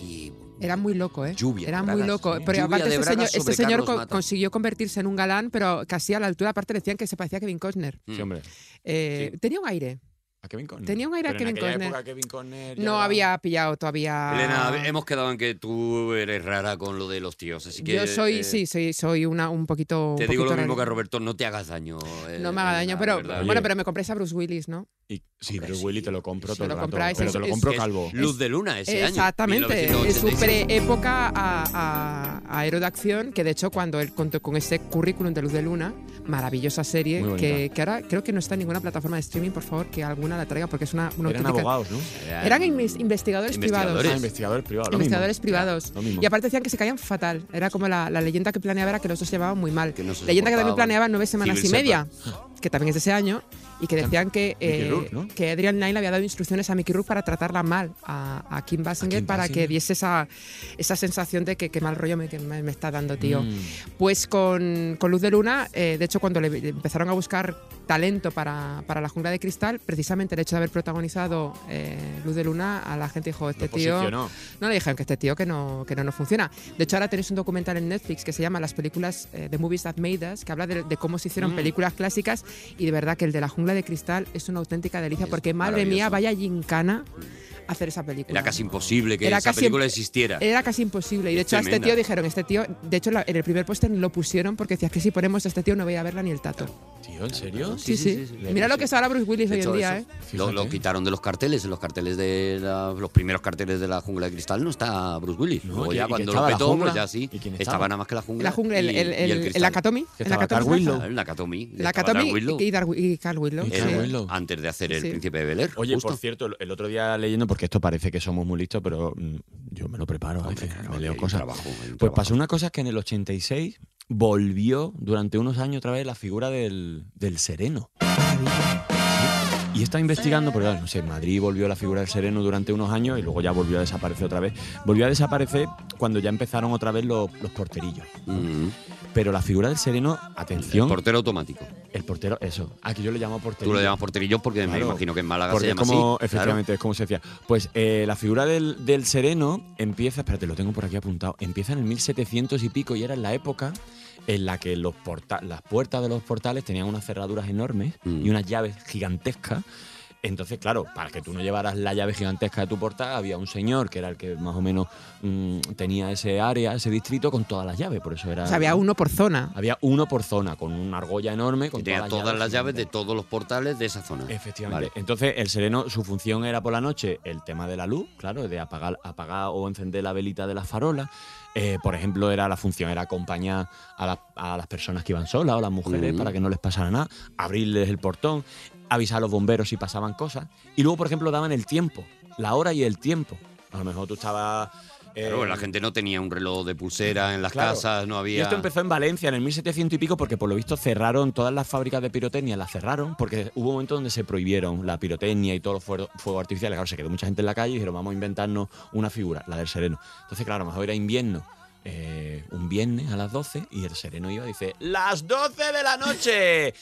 y
Era muy loco, ¿eh?
Lluvia de
era muy
bragas,
loco.
¿eh?
Pero
Lluvia
aparte,
de
este
bragas
señor, este
sobre
señor
Carlos
co-
Mata.
consiguió convertirse en un galán, pero casi a la altura. Aparte, le decían que se parecía a Kevin Costner.
Sí, hombre.
Eh, Tenía un aire.
A Kevin Conner.
Tenía un aire a
Pero
Kevin
en aquella
Costner.
época Kevin Conner ya
No
era-
había pillado todavía.
Elena, hemos quedado en que tú eres rara con lo de los tíos, así que
Yo soy,
eh,
sí, soy, soy una, un poquito. un
Te digo lo
poquito
mismo que a
rara.
Roberto, no te hagas daño. eh,
No me haga daño,
Elena,
pero
¿verdad?
bueno, pero me compréis a Bruce Willis, ¿no?
Y, sí, pero Willy te lo compro
sí,
todo
lo
el rato,
compráis,
pero
es-
te lo
es-
compro
es
calvo.
Luz de Luna ese año.
Exactamente, es su
1986.
pre-época a, a, a Héroe de Acción, que de hecho cuando él contó con ese currículum de Luz de Luna, maravillosa serie,
Muy bonita.
que, que ahora creo que no está en ninguna plataforma de streaming, por favor, que alguna la traiga, porque es una, una
Eran
auténtica-
abogados, ¿no?
eh, Eran inves- investigadores, privados.
Ah, investigadores privados. lo mismo.
Investigadores privados.
lo mismo.
Y aparte decían que se caían fatal. Era como la, la leyenda que planeaba era que los dos llevaban muy mal.
no se
leyenda que
soportaban.
también planeaba nueve semanas
Civil
y media, que también es de ese año, y que decían que,
Mickey
eh,
Rourke, ¿no?
que Adrian Lyne le había dado instrucciones a Mickey Rourke para tratarla mal a, a Kim Basinger para que
Basinger.
diese esa, esa sensación de que qué mal rollo me, que me, me está dando, tío.
Mm.
Pues con, con Luz de Luna, eh, de hecho, cuando le le empezaron a buscar talento para, para la jungla de cristal, precisamente el hecho de haber protagonizado eh, Luz de Luna, a la gente dijo, este tío...
posicionó.
No le dijeron que este tío que no, que no nos funciona. De hecho, ahora tenéis un documental en Netflix que se llama Las películas eh, de Movies That Made Us, que habla de, de cómo se hicieron
Mm.
películas clásicas y de verdad que el de la jungla de cristal es una auténtica delicia, porque madre mía,
maravilloso.
vaya gincana hacer esa película.
Era casi imposible que
Era
esa
casi- eh,
película existiera.
Era casi imposible. Y de
Es
hecho, a este
tremenda.
tío dijeron, este tío, de hecho, la- en el primer póster lo pusieron porque decías que si ponemos a este tío no voy a verla ni el tato.
Tío, ¿en serio?
Sí, sí.
Le-
Mira lo que es ahora Bruce Willis
De
hoy en
hecho,
día,
eso,
¿eh?
Lo, lo
Fíjate.
quitaron de los carteles, en los carteles de la- los primeros carteles de la jungla de cristal no está Bruce Willis.
No,
Luego
¿y- y
ya
que
cuando lo
estaba la
petó, pues
jungla?
ya sí.
¿Y quién estaba?
Estaba nada más que la jungla.
La jungla, el,
y-
el,
y
el, el
cristal.
Akatomi.
Que
El
estaba Carl
Akatomi.
Willow.
Claro, el Nakatomi.
La
Estaba Dark
Akatomi
Willow.
y, Dar- y Carl Willow.
Y
sí.
Carl
Era
Willow.
Antes de hacer el
Sí.
príncipe de Bel Air.
Oye,
justo.
por cierto, el- el otro día leyendo, porque esto parece que somos muy listos, pero mm, yo me lo preparo, a veces, me leo
el
cosas.
trabajo, el
pues
trabajo.
pasó una cosa que en el 86 volvió durante unos años otra vez la figura del, del sereno. Y está investigando, porque claro, no sé, en Madrid volvió la figura del sereno durante unos años y luego ya volvió a desaparecer otra vez. Volvió a desaparecer cuando ya empezaron otra vez los, los porterillos. Pero la figura del sereno, atención.
Mm. El portero automático.
El portero, eso. Aquí yo le llamo porterillo.
Tú lo llamas porterillo porque me
Claro.
imagino que en Málaga
Porque
se llama
es como,
así.
Efectivamente, es como se decía. Pues eh, la figura del, del sereno empieza, espérate, lo tengo por aquí apuntado, empieza en el 1700 y pico y era en la época en la que los porta- las puertas de los portales tenían unas cerraduras enormes
Mm.
y unas llaves gigantescas. Entonces, claro, para que tú no llevaras la llave gigantesca de tu portal, había un señor que era el que más o menos mm, tenía ese área, ese distrito, con todas las llaves. Por eso era.
O sea, había uno por zona.
Había uno por zona, con una argolla enorme. Con
Claro. Tenía
todas las
llaves
gigantescas.
de todos los portales de esa zona.
Efectivamente.
Vale.
Entonces, el sereno, su función era por la noche el tema de la luz, claro, de apagar, apagar o encender la velita de las farolas. Eh, por ejemplo, era la función era acompañar a, las- a las personas que iban solas o las mujeres
Ujú.
para que no les pasara nada, abrirles el portón, avisar a los bomberos si pasaban cosas. Y luego, por ejemplo, daban el tiempo, la hora y el tiempo. A lo mejor tú estabas. eh,
Claro, la gente no tenía un reloj de pulsera en las
Claro.
casas, no había.
Y esto empezó en Valencia en el 1700 y pico porque por lo visto cerraron todas las fábricas de pirotecnia, las cerraron porque hubo un momento donde se prohibieron la pirotecnia y todos los fuero- fuegos artificiales. Claro, se quedó mucha gente en la calle y dijeron vamos a inventarnos una figura, la del sereno. Entonces, claro, a lo mejor era invierno, eh, un viernes a las 12 y el sereno iba y dice las 12 de la noche,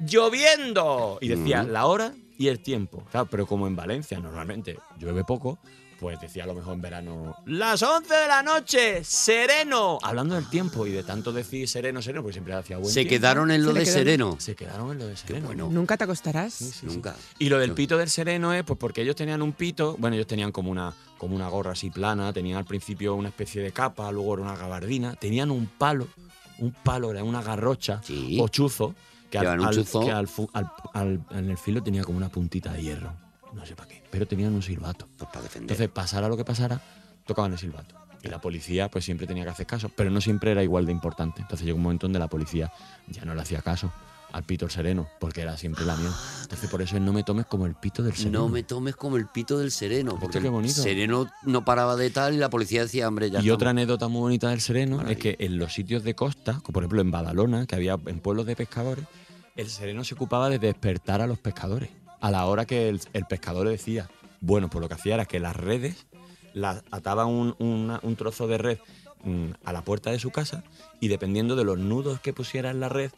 lloviendo. Y decía
Ujú.
la hora y el tiempo. Claro, pero como en Valencia normalmente llueve poco, pues decía a lo mejor en verano las 11 de la noche, sereno. Hablando del tiempo y de tanto decir sereno, sereno, porque siempre hacía buen
Se
tiempo.
quedaron en lo
Se
de
quedaron-
sereno.
Se quedaron en lo de sereno.
¿Nunca te acostarás?
Nunca.
Y lo del pito del sereno es pues porque ellos tenían un pito, bueno, ellos tenían como una, como una gorra así plana, tenían al principio una especie de capa, luego era una gabardina, tenían un palo, un palo, era una garrocha o chuzo, que, al,
Llevaban un
al-
chuzo.
que al fu- al- al- en el filo tenía como una puntita de hierro, no sé para qué, pero tenían un silbato.
Pues para defender.
Entonces, pasara lo que pasara, tocaban el silbato. Y la policía pues siempre tenía que hacer caso, pero no siempre era igual de importante. Entonces llegó un momento donde la policía ya no le hacía caso al pito del sereno, porque era siempre la mía. Entonces por eso es no me tomes como el pito del pues, sereno.
No me tomes como el pito del sereno, porque
qué
el
bonito?
sereno no paraba de tal y la policía decía, hombre, ya
y
estamos.
otra anécdota muy bonita del sereno es que en los sitios de costa, como por ejemplo en Badalona, que había en pueblos de pescadores, el sereno se ocupaba de despertar a los pescadores. A la hora que el, el pescador le decía, bueno, pues lo que hacía era que las redes las ataban un, una- un trozo de red mm, a la puerta de su casa y dependiendo de los nudos que pusiera en la red,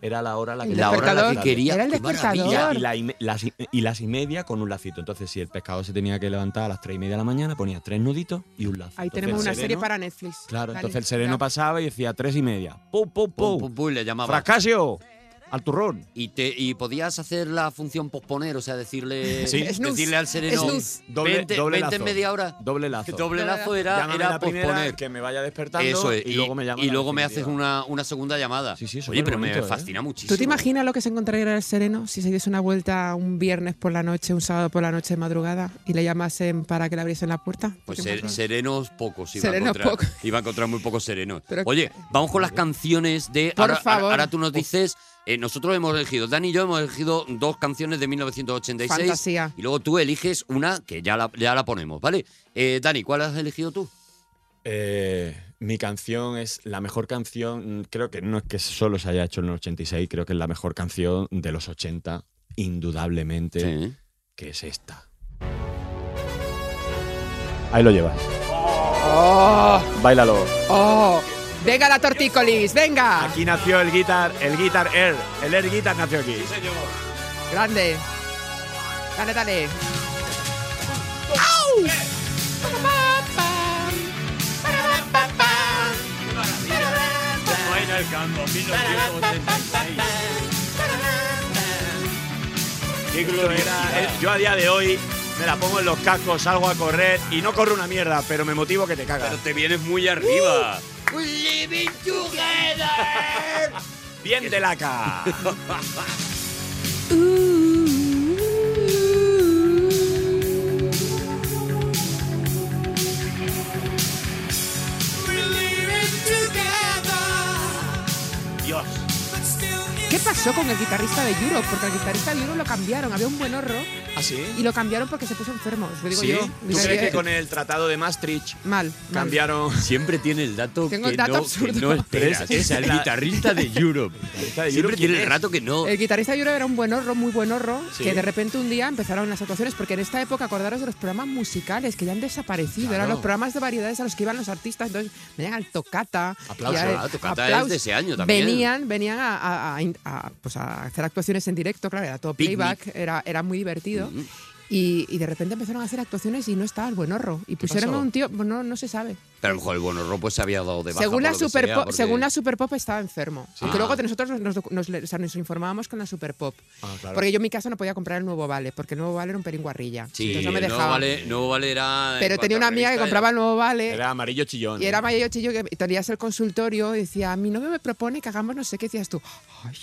era la hora a la que
La hora a la que quería.
Era el
Qué maravilla.
despertador.
y, la y, me- las, y- y las y media con un lacito. Entonces, si el pescado se tenía que levantar a las tres y media de la mañana, ponía tres nuditos y un lazo.
Ahí
Entonces,
tenemos
el
una
sereno-
serie para Netflix.
Claro,
Vale,
entonces el sereno
ya.
pasaba y decía tres y media. ¡Pum, pum, pum!
Pum, pum, le llamaba.
¡Fracasio! ¡Al turrón!
Y, te, y podías hacer la función posponer, o sea, decirle,
Sí. Snooze.
decirle al sereno,
Snooze. Doble-
vente,
doble
vente en
lazo.
media hora.
Doble lazo.
Doble lazo era,
Llámame
era
la primera,
posponer.
que me vaya despertando
Eso es,
y, luego me llamas
y
la
luego me haces
definitiva.
una, una segunda llamada. Oye, pero me
superbonito, ¿eh?
fascina muchísimo.
¿Tú te imaginas lo que se encontraría el sereno si se diese una vuelta un viernes por la noche, un sábado por la noche de madrugada y le llamasen para que le abriesen la puerta?
Pues
¿Qué
ser-
pasa?
serenos pocos iba
Serenos
a encontrar.
pocos.
Iba a encontrar muy pocos serenos.
Pero-
Oye, vamos con las canciones de.
Por
ahora, ahora-
favor.
ahora tú nos dices. eh, nosotros hemos elegido, Dani y yo hemos elegido dos canciones de 1986.
Fantasía.
Y luego tú eliges una que ya la, ya la ponemos, ¿vale? Eh, Dani, ¿cuál has elegido tú?
Eh, mi canción es la mejor canción, mm, creo que no es que solo se haya hecho en el 86, creo que es la mejor canción de los 80, indudablemente, que es esta. Ahí lo llevas.
Ah.
¡Oh!
Bailalo.
¡Oh! ¡Venga la tortícolis! ¡Venga!
Aquí nació el guitar, el guitar air, el air guitar nació aquí.
¡Grande! ¡Dale, dale!
Como en el campo, 1986.
Qué gloriosidad. Eh, Yo a día de hoy me la pongo en los cascos, salgo a correr y no corro una mierda, pero me motivo que te cagas.
Pero te vienes muy arriba.
Living together.
Bien de laca. Dios.
¿Qué pasó con el guitarrista de Europe? Porque al guitarrista de Europe lo cambiaron. Había un buen horro
¿Ah, sí?
Y lo cambiaron porque se puso enfermo, os lo digo
¿Sí?
yo.
¿Tú
Digo
crees
que-
que con el tratado de Maastricht
Mal.
cambiaron?
Siempre tiene el dato
Tengo el que dato no- que absurdo. no
esperas.
Es el guitarrista de Europe. Siempre tiene el rato que no.
El guitarrista de Yura era un buen horro, muy buen horro,
Sí.
que de repente un día empezaron las actuaciones, porque en esta época acordaros de los programas musicales que ya han desaparecido, eran
Claro.
los programas de variedades a los que iban los artistas, entonces venían al Tocata.
Aplauso,
y a-
ah, Tocata es de ese año también.
Venían, venían a, a- a- a- pues a hacer actuaciones en directo, claro, era todo
Picnic. Mm-hmm.
playback, era, era muy divertido. Y, y de repente empezaron a hacer actuaciones y no estaba el buen horro. Y pusieron a
pasó?
un tío, bueno, no, no se sabe.
Pero a lo mejor el Bonorro pues se había dado de baja.
Según
por
la,
lo que
super
sea,
Pop-
porque-
según la Super Pop estaba enfermo.
Sí.
Aunque luego
Ah.
de nosotros nos, nos- nos le- o sea, nos informábamos con la Super Pop.
Ah, claro.
Porque yo en mi casa no podía comprar el nuevo Vale, porque el nuevo Vale era un pelín guarrilla.
Sí,
Entonces no me
Nuevo
dejaba.
vale, Nuevo Vale era. en
Pero tenía
cuanto
una
a
amiga que
revista,
compraba el nuevo Vale.
Era amarillo chillón.
y
¿eh?
era mayor chillo que tenías el consultorio y decía, mi novio me propone que hagamos no sé qué. Y decías tú, ay,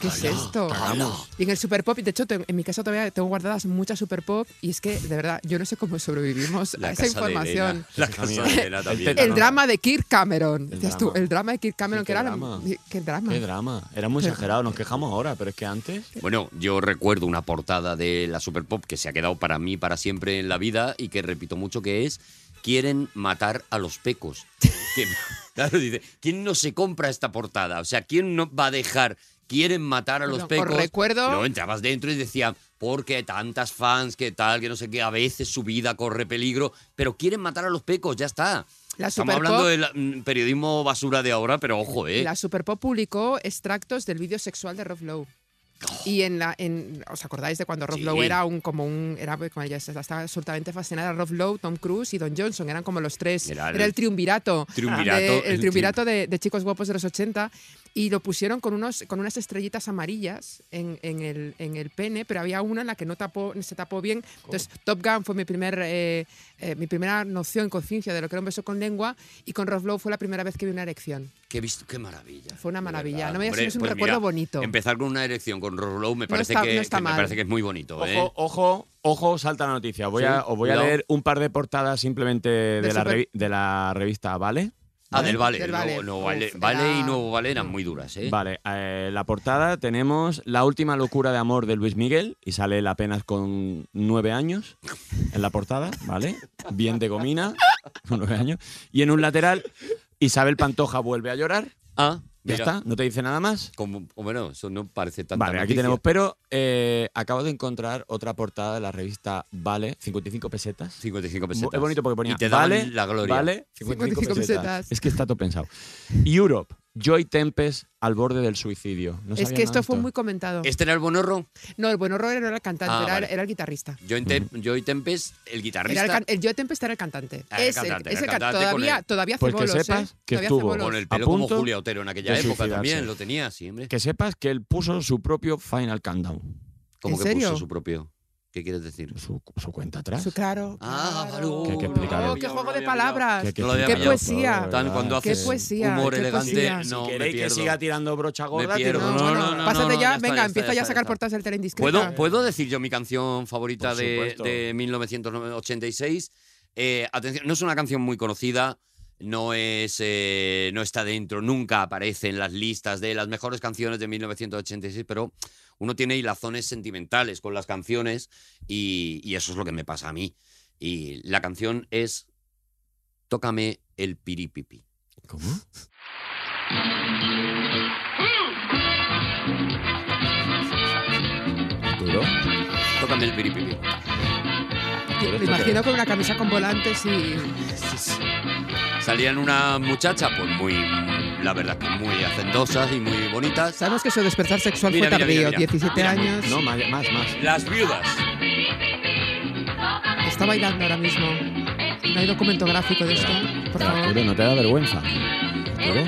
¿qué es
cala,
esto?
cala.
Y en el Super Pop, y de hecho, te- en mi casa todavía tengo guardadas muchas Super Pop. Y es que, de verdad, yo no sé cómo sobrevivimos
La
a esa
casa de
información.
Elena. La casa de Elena también.
El drama de Kirk Cameron. Decías tú,
drama.
el drama de Kirk Cameron,
Sí,
que
qué
era
drama.
la. Qué drama.
Qué drama. Era muy
Pero-
exagerado, nos quejamos ahora, pero es que antes.
Bueno, yo recuerdo una portada de la Super Pop que se ha quedado para mí para siempre en la vida y que repito mucho que es quieren matar a los pecos. Que- claro, dice, ¿quién no se compra esta portada? O sea, ¿quién no va a dejar quieren matar a los
Os
pecos?
recuerdo-
No, entrabas dentro y decían, porque tantas fans que tal, que no sé qué, a veces su vida corre peligro, pero quieren matar a los pecos, ya está.
La
Estamos
Super Pop-
hablando del mm, periodismo basura de ahora, pero ojo, ¿eh?
La Super Pop publicó extractos del vídeo sexual de Rob Lowe. Y en la, en, ¿os acordáis de cuando Rob
Oh. Sí.
Lowe era un como un era como ella estaba absolutamente fascinada Rob Lowe, Tom Cruise y Don Johnson eran como los tres,
Era
era
el
el, triunvirato,
triunvirato,
de-
el
el triunvirato de, de chicos guapos de los 80 y lo pusieron con unos con unas estrellitas amarillas en, en el, en el pene, pero había una en la que no tapó se tapó bien.
Oh.
Entonces Top Gun fue mi primer eh, eh, mi primera noción conciencia de lo que era un beso con lengua y con Rob Lowe fue la primera vez que vi una erección.
Qué, visto, qué maravilla.
Fue una maravilla.
Ah,
No me digas
hombre,
que no es un
pues
recuerdo
mira,
bonito.
Empezar con una erección con Rollow me
No
parece,
está-
que,
no está
que me
mal.
parece que es muy bonito. ¿eh?
Ojo, ojo, ojo, salta la noticia. Voy
Sí,
a, os voy a
cuidado.
leer un par de portadas simplemente de,
Del
la,
super-
revi- de la revista Vale.
Ah, del Vale.
Del
Nuevo-
Vale.
Nuevo vale,
Uf,
Vale
era-
y Nuevo Vale eran muy duras, ¿eh?
Vale, eh, la portada tenemos La última locura de amor de Luis Miguel y sale él apenas con nueve años en la portada, ¿vale? Bien de gomina, con nueve años. Y en un lateral, Isabel Pantoja vuelve a llorar.
Ah,
ya
mira.
está, no te dice nada más.
Como, bueno, eso no parece tan
Vale, aquí tenemos, pero eh, acabo de encontrar otra portada de la revista Vale, 55 pesetas.
55 pesetas.
Es bonito porque ponía
Y te daban
Vale,
la gloria.
Vale, 55,
55
pesetas.
pesetas.
Es que está todo pensado. Europe, Joy Tempest al borde del suicidio. No
es
sabía
que
nada de
esto fue muy comentado.
¿Este era el Bonorro?
No, el bueno Robert no era el cantante,
Ah,
era,
vale.
era el guitarrista.
Joy, Tem- Joy Tempest, el
Era
guitarrista.
el, can- el Joe Tempest era el cantante.
Ah, era
es el,
cantante,
es
era
el ca-
cantante con
todavía,
el-
todavía hace
Pues que
bolos, ¿eh?
sepas que
Todavía hace
estuvo
bolos.
con el
a
pelo como
punto
Julia Otero en aquella
de
época
suicidarse.
también, lo tenía siempre.
Que sepas que él puso su propio Final Countdown.
Como
¿En
que
serio?
puso su propio. ¿Qué quieres decir?
Su, su cuenta atrás.
Su- claro.
Ah,
claro.
vale,
Que hay que
uh,
explicarlo.
Oh, qué
no
juego
lo
de
había pillado.
palabras.
Que- que
No lo había
explica
Qué
pillado.
poesía.
todo,
Tan
¿verdad?
cuando
Qué
haces
poesía,
humor
qué
elegante,
poesía.
no
si
me
queréis que
pierdo.
siga tirando brocha gorda,
Me pierdo.
tirad-
No,
No, no, no, no,
Pásate
no,
ya,
ya está,
venga,
ya
empieza
está, ya
ya a
está, ya
sacar
está.
portadas del Teren Discreta.
¿Puedo, ¿Puedo decir yo mi canción favorita
Por
de,
supuesto.
de 1986? Eh, atención, no es una canción muy conocida, no, es, eh, no está dentro, nunca aparece en las listas de las mejores canciones de 1986, pero uno tiene hilazones sentimentales con las canciones y, y eso es lo que me pasa a mí. Y la canción es Tócame el piripipi.
¿Cómo? Duro.
Tócame el piripipi.
Me imagino con una camisa con volantes y.
Pues, Salían unas muchachas, pues muy, la verdad, que muy hacendosas y muy bonitas.
Sabemos que su despertar sexual
Mira,
fue
mira,
tardío,
mira, mira.
17
Mira,
años.
No, más, más. más.
Las viudas.
Está bailando ahora mismo. No hay documento gráfico de esto. Por
Pero,
favor.
Arturo, no te da vergüenza. Arturo,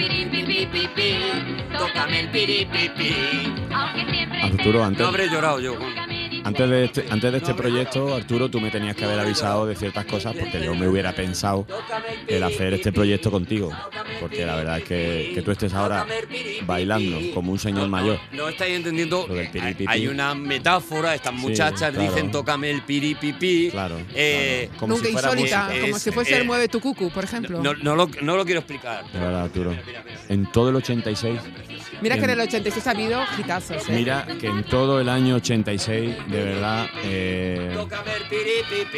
Tócame el Aunque siempre
Arturo, antes-
No habré llorado yo.
Antes de, este, antes de este proyecto, Arturo, tú me tenías que haber avisado de ciertas cosas porque yo me hubiera pensado el hacer este proyecto contigo. Porque la verdad es que, que tú estés ahora bailando como un señor mayor.
No estáis entendiendo. Eh,
Lo del piripipi.
Hay una metáfora, estas
Sí,
muchachas
claro.
dicen tócame el piripipi.
Claro.
Eh,
claro. Como
Nunca
si fuera
insólita,
música.
como
Es-
si fuese
eh,
el Mueve tu Cucu, por ejemplo.
No, no lo, no lo quiero explicar.
De verdad, Arturo. En todo el 86
eh,
Mira que en el 86 ha habido hitazos. ¿eh?
Mira que en todo el año 86, de verdad, eh,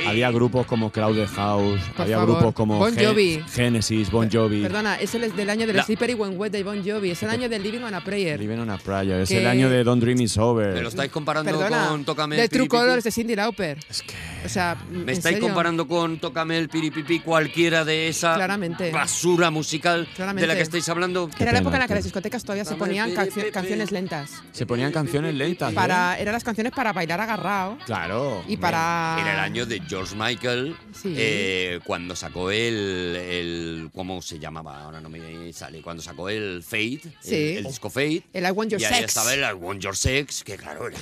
había grupos como Crowded House,
Por
había
favor.
grupos como
Bon
Ge-
Jovi.
Genesis, Bon Jovi,
Perdona, es el del año del
La-
Slippery When Wet de Bon Jovi, es el año del Living on a Prayer.
Living on a Prayer. Es
Que-
el año de Don't Dream Is Over.
Me lo estáis comparando
Perdona,
con Tócame
de
el
True
Piripipi.
Colors de Cindy Lauper. Es que... O sea,
Me
¿en
estáis
serio?
comparando con Tócame el piripipi, cualquiera de esa
Claramente.
basura musical de la
Claramente.
que estáis hablando.
Era la época en la que las discotecas todavía se ponían cancio- canciones lentas.
Se ponían canciones lentas. ¿no?
Para, eran las canciones para bailar agarrado.
Claro.
Y para-
Era el año de George Michael,
Ah. Sí.
eh, cuando sacó el, el- ¿Cómo se llamaba? Ahora no me sale. Cuando sacó el Fate,
Sí.
el, el disco Fate.
El I Want Your
y ahí
Sex.
estaba el I Want Your Sex, que claro, era,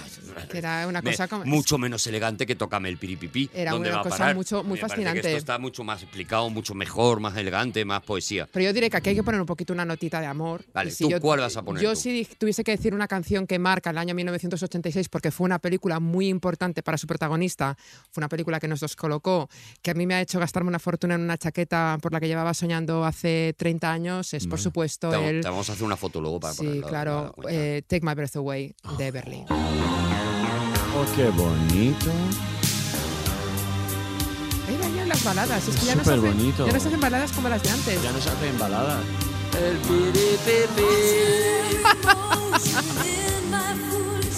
Que era una
me-
cosa como-
mucho menos elegante que Tócame el piripipí.
Era
¿Dónde
una
va a
cosa
parar?
mucho- muy
Me parece que
fascinante.
esto está mucho más explicado, mucho mejor, más elegante, más poesía.
Pero yo diré que aquí hay que poner un poquito una notita de amor.
Vale,
Y si
¿tú
yo-
cuál vas a poner
Yo
tú?
si di- tuviese que decir una canción que marca el año 1986 porque fue una película muy importante para su protagonista, fue una película que nos descolocó, que a mí me ha hecho gastarme una fortuna en una chaqueta por la que llevaba soñando hace 30 años, es por supuesto
Te,
el...
te vamos a hacer una foto luego Mm. para
Sí,
ponerlo.
claro, eh, Take My Breath Away de Berlín.
Ah.
Oh, qué bonito.
Ahí venían las baladas, es que ya no, se
Súper
hacen,
bonito.
ya no se hacen baladas como las de antes.
Ya no se hacen baladas.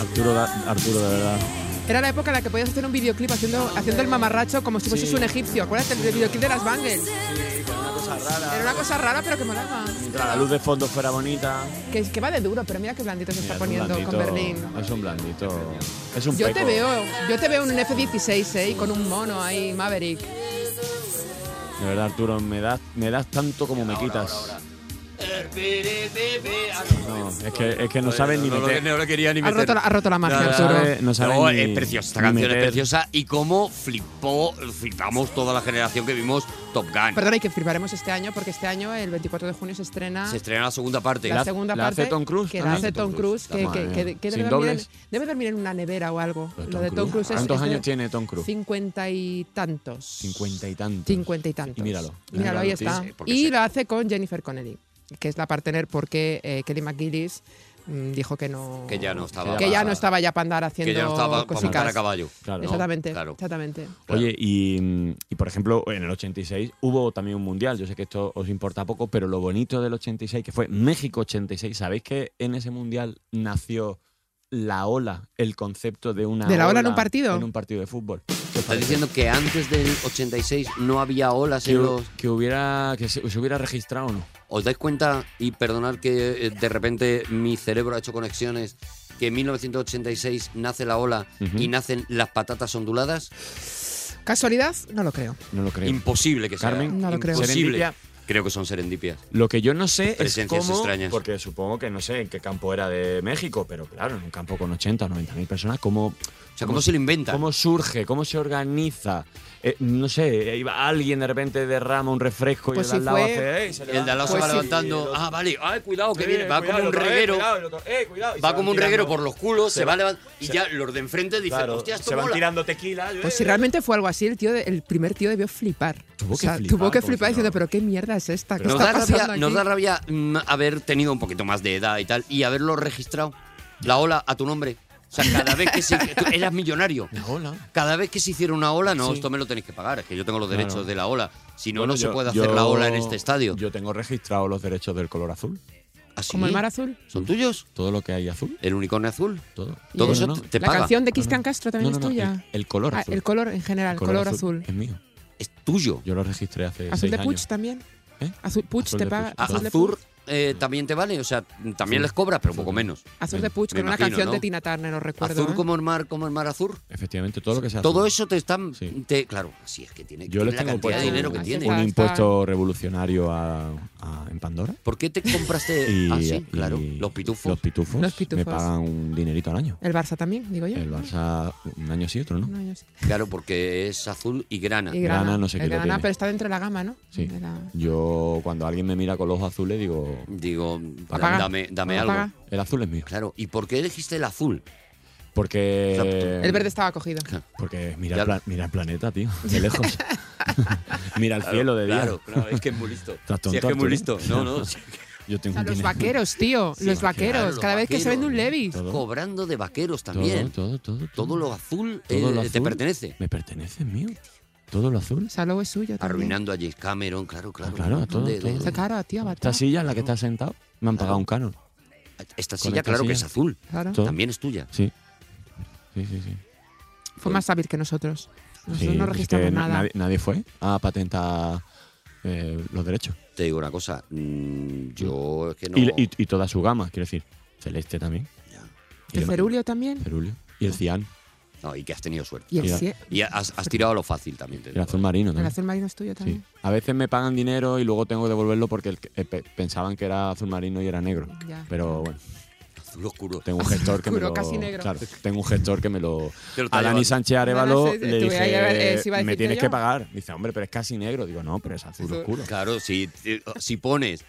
Arturo, da- Arturo, de verdad.
Era la época en la que podías hacer un videoclip haciendo, haciendo el mamarracho como si fueses
Sí.
un egipcio. Acuérdate del videoclip de las bangles.
Una cosa rara.
Era una cosa rara, pero que molaba.
Mientras la luz de fondo fuera bonita.
Que, que va de duro, pero mira qué blandito se está
Mira, es un
poniendo con
blandito-
Berlín.
Es un blandito. Es un
Yo
peco.
te veo, yo te veo en un F-16, ¿eh? Y con un mono ahí, Maverick.
De verdad, Arturo, me das, me das tanto como me quitas. No, es que, es que no sabes ni
no, lo
meter.
que- no lo quería ni
Ha roto, la- ha roto la magia,
No, no,
Arturo.
sabe- no sabe
No,
ni-
es preciosa, esta
ni
canción
meter.
es preciosa. Y cómo flipó, flipamos toda la generación que vimos Top Gun.
Perdona, y que firmaremos este año, porque este año, el 24 de junio, se estrena
Se estrena la segunda parte.
la, segunda parte. Que la hace Tom Cruise, que,
Madre
que- que-
mía.
que
eh. Sin
debe, dormir en,
dobles.
debe dormir en una nevera o algo. Lo de Tom Cruise es.
¿Cuántos
es de
años tiene Tom Cruise?
50 y tantos.
Cincuenta y tantos.
Cincuenta y tantos.
Y míralo.
Míralo, ahí
Sí,
está.
sí, porque
Y lo hace con Jennifer Connelly, que es la partener porque eh, Kelly McGillis mm, dijo que no.
Que ya no estaba
Que ya
para-
no estaba ya para andar haciendo
que ya no estaba para
cositas.
montar a caballo.
Claro.
Exactamente.
Claro.
exactamente.
Oye, y, y, por ejemplo, en el 86 hubo también un mundial. Yo sé que esto os importa poco, pero lo bonito del 86, que fue México 86, ¿sabéis que en ese mundial nació la ola, el concepto de una.
¿De la ola en un partido?
En un partido de fútbol.
Estás diciendo que antes del 86 no había olas
Que,
en los.
que hubiera, que se, se hubiera registrado o no.
¿Os dais cuenta? Y perdonad que eh, de repente mi cerebro ha hecho conexiones. Que en 1986 nace la ola
Ujú.
y nacen las patatas onduladas.
¿Casualidad? No lo creo.
No lo creo.
Imposible que sea.
Carmen, No lo creo.
Imposible.
Serendipia.
Creo que son serendipias.
Lo que yo no sé es
Presencias
cómo,
extrañas.
porque supongo que no sé en qué campo era de México, pero claro, en un campo con 80 o 90 mil personas, cómo,
sea, ¿cómo se lo inventa?
¿Cómo surge? ¿Cómo se organiza? Eh, no sé, eh, alguien de repente derrama un refresco
Pues
y
si
el de al lado
fue-
hace, "Ey", se
el de al lado se
levanta.
va
Pues si-
levantando, "Ah, vale, ay, cuidado, que
Sí,
viene", va
cuidado,
como un
el otro, "Eh,
regero.
cuidado, el otro, "Eh, cuidado", y se
Va
van
como un
tirando.
reguero por los culos, se,
Se
va
van-
levantando. Y
se-
ya los de enfrente dicen,
Claro,
hostia, esto
se van
mola".
tirando tequila. eh,
Pues si realmente fue algo así, el tío, de- el primer tío debió flipar.
Tuvo
O
que
sea,
flipar,
Tuvo que
como
flipar
si no.
diciendo, pero qué mierda es esta. ¿Qué
Nos
está
da, rabia,
pasando
nos
aquí?".
da rabia, mm, haber tenido un poquito más de edad y tal y haberlo registrado. La ola a tu nombre. O sea, cada vez que se. tú eras millonario.
La ola.
Cada vez que se hiciera una ola, no,
Sí.
esto me lo tenéis que pagar. Es que yo tengo los
Claro.
derechos de la ola. Si no,
Bueno,
no se
yo-
puede hacer
yo-
la ola en este estadio.
Yo tengo registrado los derechos del color azul.
¿Así?
Como el mar azul.
¿Son tuyos?
Todo lo que hay azul.
¿El unicornio azul?
Todo.
Y
Todo
el-
eso te, te
La
paga.
canción de Kiskan Castro también
No, no,
es
no,
tuya.
El, el color
Ah,
azul.
el color en general, el color, azul.
Es mío.
Es tuyo.
Yo lo registré hace
Azul
seis
de
años.
Puig también.
¿Eh?
Azul Puig
Azul
te
de
paga.
Puig.
Ah,
Azul de
Azur
Puig.
eh, también te vale, o sea, también
Azul.
les cobras, pero un poco menos.
Azul de Puig,
Me
con una
imagino,
canción
¿no?
de Tina Turner, no recuerdo.
Azul
¿eh?
como el mar, como el mar azul.
Efectivamente, todo lo que sea
Todo
azul.
eso te están. te- claro, así es que tiene,
Yo
tiene
les
la
tengo
cantidad
puesto
de
Ah,
dinero que
un,
tiene.
un impuesto revolucionario a, a- en Pandora.
¿Por qué te compraste?
Y,
ah, sí, claro.
y
Los pitufos.
Los pitufos,
Los pitufos.
me pagan un dinerito al año.
El Barça también, digo yo.
El Barça, un año sí, otro no.
No, yo sé.
Claro, porque es azul y grana.
Y Grana,
Grana, no sé
el
quién lo
Grana,
tiene.
pero está dentro de la gama, ¿no?
Sí.
De la-
Yo, cuando alguien me mira con los ojos azules, digo.
Digo,
Apaga.
dame, dame
Apaga.
algo.
El azul es mío.
Claro. ¿Y por qué elegiste el azul?
Porque.
El verde estaba cogido.
Porque mira, el pla- mira el planeta, tío, de lejos. mira el
Claro,
cielo de día.
Claro, claro, es que es muy listo.
Estás
Sí, es
tonto,
que es muy
Arturo.
listo. No, no. sí.
Yo tengo
sea, los vaqueros, tío.
Sí,
los vaqueros.
claro, los
Cada vez que se
vaqueros.
vende un Levis.
Cobrando de vaqueros también.
Todo, todo, todo.
Todo lo azul,
Todo
eh,
lo
te
azul.
pertenece.
Me pertenece, es mío. Todo lo azul.
Salo es suyo. También.
Arruinando a James Cameron, claro, claro.
Ah, claro,
un montón
todo,
de- de-
todo.
de-
Esta cara, tío,
Esta
bata.
silla en la que estás sentado me han pagado un canon.
Esta
Con
silla,
esta
claro que es
silla.
azul.
Claro.
Todo.
También es tuya.
Sí. Sí, sí, sí.
Fue más hábil que nosotros. Nosotros
Sí,
no
es
registramos
que na-
nada.
Nadie, nadie fue a patentar eh, los derechos.
Te digo una cosa. mm, yo es que no.
Y, y- y toda su gama, quiero decir. Celeste también.
¿El cerulio también?
Cerulio. Y el cian.
No, y que has tenido suerte.
Y el
Y la-
cie-
Y has, has tirado a lo fácil también. te
El
digo.
azul marino
El
también.
azul marino es tuyo también.
Sí. A veces me pagan dinero y luego tengo que devolverlo porque el que- eh, pe- pensaban que era azul marino y era negro.
Ya.
Pero bueno,
Azul oscuro.
tengo un gestor que me
Oscuro,
lo.
casi negro.
Claro, tengo un gestor que me lo.
Te lo está
a Dani
llevando.
Sánchez
No,
Arevalo
no, sí, sí,
le
te voy a llevar- eh, sí
dije,
iba a
me
decirte
tienes
yo".
que pagar. Dice, hombre, pero es casi negro. Digo, no, pero es azul
Azul.
oscuro.
Claro, si, eh, si pones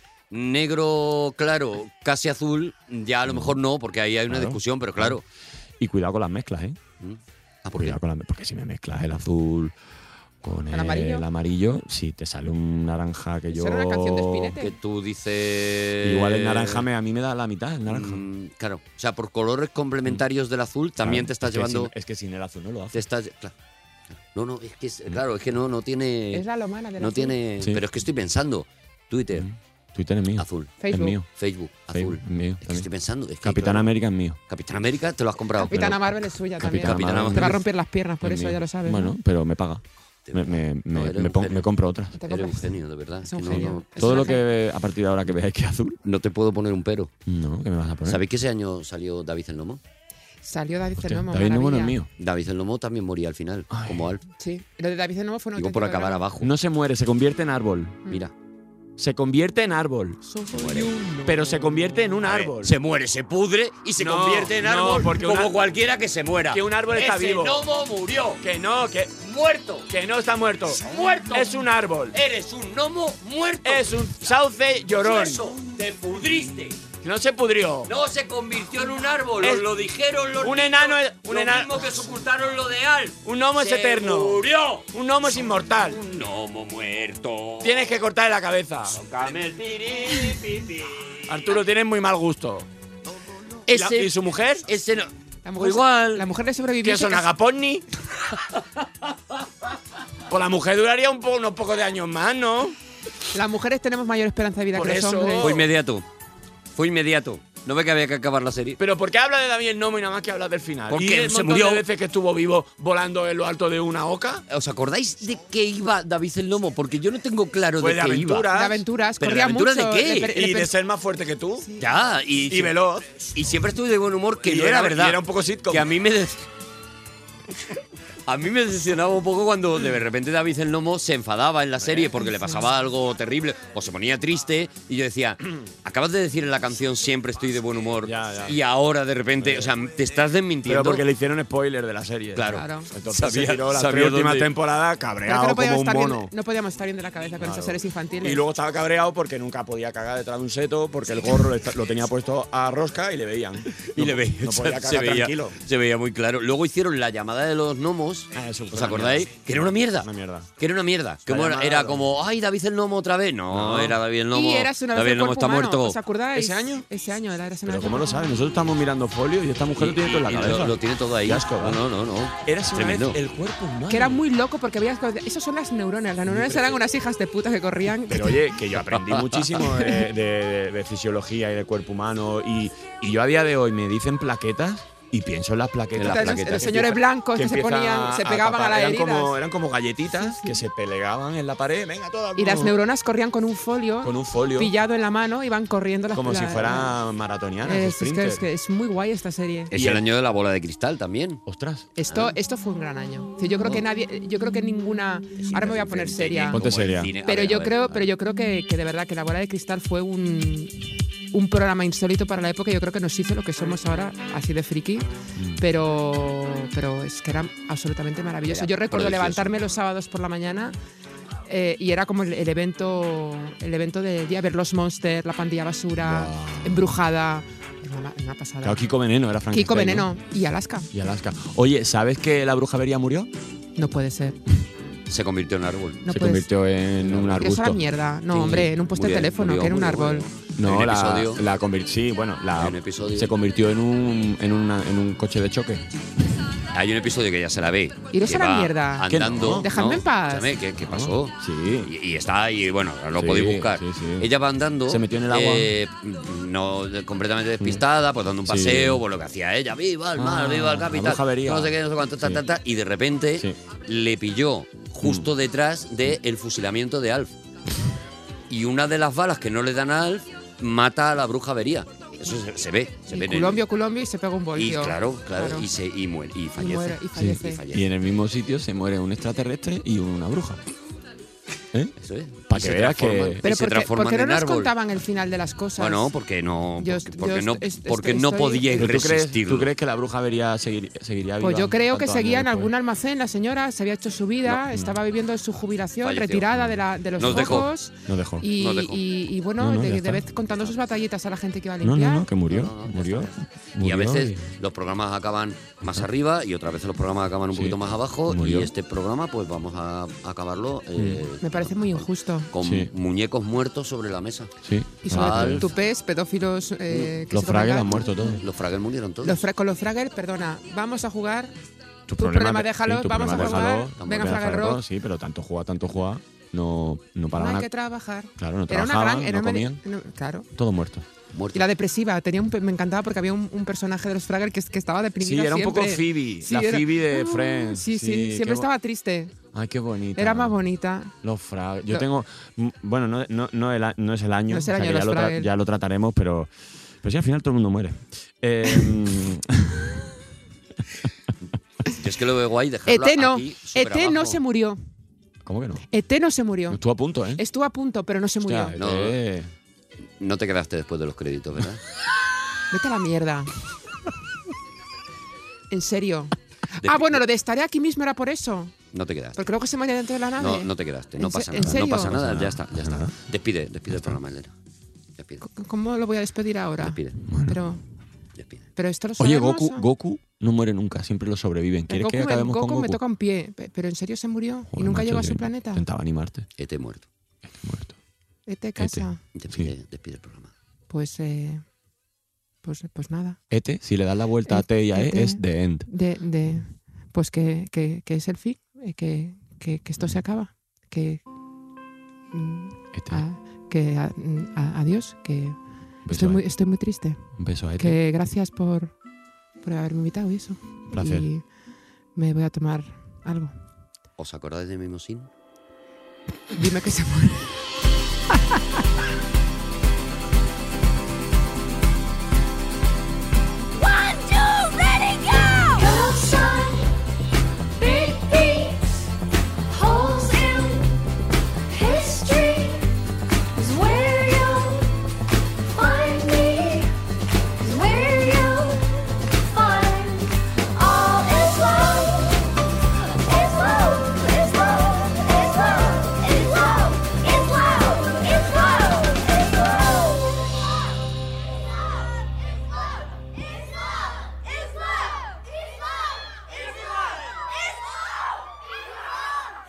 negro claro, casi azul, ya a lo mejor no, porque ahí hay una
Claro.
discusión, pero claro.
Y cuidado con las mezclas, ¿eh?
Ah, ¿por qué?
Cuidado con las mez- porque si me mezclas el azul con
¿El
el,
amarillo?
amarillo? si te sale un naranja que yo.
¿Eso era una canción de Spinetta?
Que tú dices.
Igual el naranja me, a mí me da la mitad, el naranja. Mm.
Mm, claro, o sea, por colores complementarios del azul también
Claro,
te estás
es que
llevando.
sin- es que sin el azul no lo hace.
te estás, claro. No, no, es que es, claro, es que no, no tiene.
Es la lomana de la
no tiene.
Mm. Sí.
Pero es que estoy pensando. Twitter,
Twitter es mío.
azul.
Es
Facebook.
mío.
Facebook,
Facebook,
azul.
es mío
Es que
también.
estoy pensando. Es que,
Capitán
claro,
América es mío.
Capitán América te lo has comprado.
Capitana
pero-
Marvel es suya también.
Capitana Capitana Marvel.
Te va a romper las piernas, por
es
eso
mío.
ya lo sabes.
Bueno,
¿no?
pero me paga.
Te-
Me, me- me-
No, eres
me
un
pon-
genio.
me compro otras.
Te
Eres un
compras-
genio, de verdad.
Es un
que no-
genio.
no-
Es
Todo
una
lo que a partir de ahora que veáis que es azul,
no te puedo poner un pero.
no, que me vas a poner.
¿Sabéis que ese año salió David el Lomo?
Salió David
Hostia,
Cernomo.
David Novo no es mío.
David el Lomo también moría al final, como Alf.
Sí, lo de David Cernomo fue un
Digo por
auténtico
acabar
drama.
abajo.
No se muere, se convierte en árbol.
Mm.
Mira.
Se convierte en árbol. Pero se convierte en un
A ver,
árbol.
Eh, Se muere, se pudre y se
No,
convierte en
no,
árbol
porque
como
una-
cualquiera que se muera.
que un árbol está
Ese
vivo.
gnomo murió.
Que no, que,
Muerto.
que no está muerto.
Muerto.
Es un árbol.
Eres un gnomo muerto.
Es un sauce llorón.
Eso, te pudriste.
No se pudrió.
No se convirtió en un árbol.
Es-
Os lo dijeron los
Un
niños,
enano es- un
lo
enano-
mismo que se ocultaron lo de Al.
Un gnomo es
Se
eterno.
murió.
Un gnomo es inmortal.
Un gnomo muerto.
Tienes que cortarle la cabeza.
Tócame el tiripipi.
Arturo, tienes muy mal gusto. ¿Y la-
Ese-
¿Y su mujer?
Ese no.
La mujer,
Igual.
La mujer le sobrevivió.
¿Qué son agaporni? Pues la mujer duraría un po- unos pocos de años más, ¿no?
Las mujeres tenemos mayor esperanza de vida
Por
que los
eso.
hombres.
Fue inmediato. Fue inmediato. No ve que había que acabar la serie.
Pero ¿por qué habla de David el Nomo y nada más que habla del final?
Porque
¿Y el
se
montón
murió.
de veces que estuvo vivo volando en lo alto de una oca?
¿Os acordáis de qué iba David el Lomo? Porque yo no tengo claro
Pues
de
de
qué
aventura.
De aventuras.
¿Pero
corría
de aventuras de
mucho,
qué?
le per- le
Y de
per-
ser más fuerte que tú.
iba. Ya, y,
Y veloz.
y siempre estuve de buen humor, que
Y
no era,
era-
verdad.
y era un poco sitcom.
Que a mí me. des- A mí me decepcionaba un poco cuando de repente David el Lomo se enfadaba en la
¿Eh?
serie porque le pasaba algo terrible o se ponía triste y yo decía, acabas de decir en la canción siempre estoy de buen humor
Ya, ya.
y ahora de repente, o sea, te estás desmintiendo.
Pero porque le hicieron spoiler de la serie.
Claro.
Claro.
Entonces
Sabía-
se tiró la
sabía
última
dónde-
temporada
Pero es que no,
cabreado como
podíamos
un
estar
mono.
bien, no podíamos estar bien de la cabeza con esas series infantiles.
Y luego estaba cabreado porque nunca podía cagar detrás de un seto porque el gorro le- lo tenía puesto a rosca y le veían.
Y
No-
le veía,
No
o sea,
podía
se,
cagar
veía,
tranquilo.
se veía muy claro. Luego hicieron la llamada de los gnomos.
Ah, eso
¿Os
fue una
acordáis?
mierda.
Que era una mierda.
Una mierda.
Que era una mierda. Que
La
bueno,
llamada
era
de los-
como, ay, David el Nomo otra vez. No,
No.
era David el Nomo.
Y eras una vez
David
el
el Nomo
cuerpo
está
humano,
muerto.
¿Os acordáis?
¿Ese año?
Ese año era Eras una
Pero
vez
¿cómo
el
lo
cuerpo
saben?
humano.
Nosotros estamos mirando folio y esta mujer lo tiene todo en la
Y
cabeza.
lo, lo tiene todo ahí.
Qué asco,
no,
¿eh?
no, no, no.
Eras una vez
Tremendo.
el cuerpo humano.
Que era muy loco porque veías. Esas son las neuronas. Las neuronas eran unas hijas de puta que corrían.
Pero oye, que yo aprendí muchísimo de, de- de fisiología y del cuerpo humano y, y yo a día de hoy me dicen plaquetas y pienso en las plaquetas.
En las
que
plaquetas.
empiezan-
Los
señores blancos que se
empiezan
ponían- se pegaban
tapar.
a las
eran Como,
heridas.
eran como galletitas que se pelegaban en la pared. Venga, todas.
Y las
como-
neuronas corrían con un folio,
Con un folio.
pillado en la mano y van corriendo las
Como si
las-
fuera maratoniana.
Es, es que, es que es muy guay esta serie.
Es
Y
el
el-
año de la bola de cristal también.
Ostras.
Esto, esto fue un gran año. O sea, Yo creo que nadie, yo creo que ninguna. Ahora me voy a poner seria.
Ponte
Como el
seria.
cine. A
Pero
ver, a
yo
ver, a
creo,
ver.
pero yo creo que, que de verdad que la bola de cristal fue un, un programa insólito para la época. Yo creo que nos hizo lo que somos ahora, así de friki. Pero, pero es que era absolutamente maravilloso.
Era
Yo recuerdo
prodigioso.
levantarme los sábados por la mañana. eh, y era como el, el evento el evento del día, ver los monsters, la pandilla basura,
Guau.
embrujada. Era una, una pasada.
Claro, Kiko Veneno era Frankenstein.
Kiko
¿no?
Veneno y Alaska.
Y Alaska. Oye, ¿sabes que la bruja vería murió?
No puede ser.
Se convirtió en árbol.
No puede ser.
Se convirtió en un
Es
arbusto.
una mierda. No,
Sí,
hombre,
sí.
en un poste de
Murió,
teléfono,
murió,
que era un
murió,
árbol.
murió.
No,
Hay un
la,
episodio.
la convir- sí, bueno, la,
Hay un episodio.
se convirtió en un, en, una- en un coche de choque.
Hay un episodio que ya se la ve.
Iros
que
a la
va
mierda. ¿Que no?
Andando.
Dejadme en paz.
escúchame, ¿qué, qué pasó?
Sí.
Y, y está ahí, bueno, lo
Sí,
podéis buscar. Ella va andando.
Se metió en el agua.
eh, no, de- completamente despistada, pues dando un
Sí.
paseo, pues lo que hacía ella. Viva el mar,
Ah,
viva el
la
capital.
bruja avería.
No sé qué, no sé cuánto, ta, ta, ta, Y de repente le pilló
Mm.
justo detrás del el fusilamiento de Alf. Y una de las balas que no le dan a Alf mata a la bruja avería. Eso se, se ve. Se ve en el-
Colombio, Colombio y se pega un
y
voltio.
claro, claro, Y, se, y, muere, y fallece.
muere, y fallece.
Y
Y en el mismo sitio se muere un extraterrestre y una bruja.
Eso es.
Para
Y
que
se
veas que
transforman.
Pero
se
porque,
transforman
porque no
en
nos
árbol.
contaban el final de las cosas.
Bueno, porque no,
Yo-
porque, porque
yo
no,
est- est-
porque
estoy-
no
estoy-
podíais
¿Pero tú crees,
resistirlo.
¿Tú crees que la bruja vería, seguir- seguiría viva?
Pues yo creo que
tantos
seguía en
años
algún almacén, la señora se había hecho su vida, estaba viviendo su jubilación,
Falleció.
retirada de, la, de los
Nos dejó.
focos.
Nos dejó.
Y,
Nos dejó.
y- y bueno,
No, no, ya
de, de
está.
vez contando sus batallitas a la gente que iba a
después? No,
limpiar.
no, no, que murió. murió,
Y a
murió
veces los programas acaban más arriba y otras veces los programas acaban un poquito más abajo. Y este programa, pues vamos a acabarlo
Mm.
eh,
Me parece muy injusto.
con muñecos muertos sobre la mesa.
Sí.
Y sobre
Al-
todo tupés, pedófilos. eh, que se
Fraggles
tocan-
todos.
Los Fraggles murieron todos.
Los fra- con los Fraggles, perdona, vamos a jugar. Tu,
problema-
problema, déjalo,
sí, tu
vamos
problema
a
déjalo,
jugar. Venga, Fraggle
Fraggle
Rock.
Rock, Sí, pero tanto juega, tanto juega, no, no
No
paraban.
hay
a-
que trabajar.
Claro, no
Era una
trabajaban,
gran- era
no
una-
comían.
no, claro.
Todo muerto.
Y
Muerto.
la depresiva, tenía un pe- me encantaba porque había un, un personaje de los Fraggles que, que estaba deprimido.
Sí, era un poco Phoebe, la Phoebe de Friends.
Ah, Sí, sí,
Sí, qué
siempre
bo-
estaba triste.
Ay, qué bonito.
Era más bonita.
Los Fraggles. Yo
Lo-
tengo. m- Bueno, no, no, no el a- no es el año.
No es el año
que
de
ya,
los
lo tra-
Fraggles.
ya lo trataremos, pero. Pero sí, al final todo el mundo muere. Eh,
Yo es que lo veo ahí, dejarlo
Eteno,
aquí, súper
Eteno
abajo.
E se murió.
¿Cómo que no?
Eteno se murió.
Estuvo a punto, ¿eh?
Estuvo a punto, pero no se murió.
Hostia,
No,
eh.
no te quedaste después de los créditos, ¿verdad?
Vete a la mierda. En serio. ah, bueno, lo de estaré aquí mismo era por eso.
No te quedaste.
Porque creo que se mañana dentro de la nave.
No, no te quedaste, no
¿En se-
pasa
en
nada, no
serio?
pasa nada, ya está, ya está. Despide, despide el programa, Elena. Despide.
¿Cómo lo voy a despedir ahora?
Despide.
Pero, pero esto lo
Oye,
sabemos,
Goku,
¿o?
Goku no muere nunca, siempre lo sobreviven. ¿Quieres
Goku
que
me-
acabemos
Goku
con Goku?
me toca un pie, pe- pero en serio se murió y
Joder,
nunca
macho,
llegó a
que
su planeta.
Intentaba animarte.
Este muerto.
Vete a casa.
Despide, despide el programa.
Pues, eh, pues, pues nada.
Ete, si le das la vuelta a T y a E,
Ete.
es the end.
De, de, pues que, que, que es el fin, eh, que, que, que esto se acaba. Que, mm,
Este.
a- que a- mm, a- adiós, que estoy muy, estoy muy triste.
eh. Un beso eh, a Ete.
Que gracias por, por haberme invitado y eso.
Placer.
Y me voy a tomar algo.
¿Os acordáis de Mimosín?
Dime que se muere.
One, two, ready, go! Go shine, big feet, holes in history is where you'll find me, is where you'll find all is love, is love, is love, is love, is love, is love, is love, is love.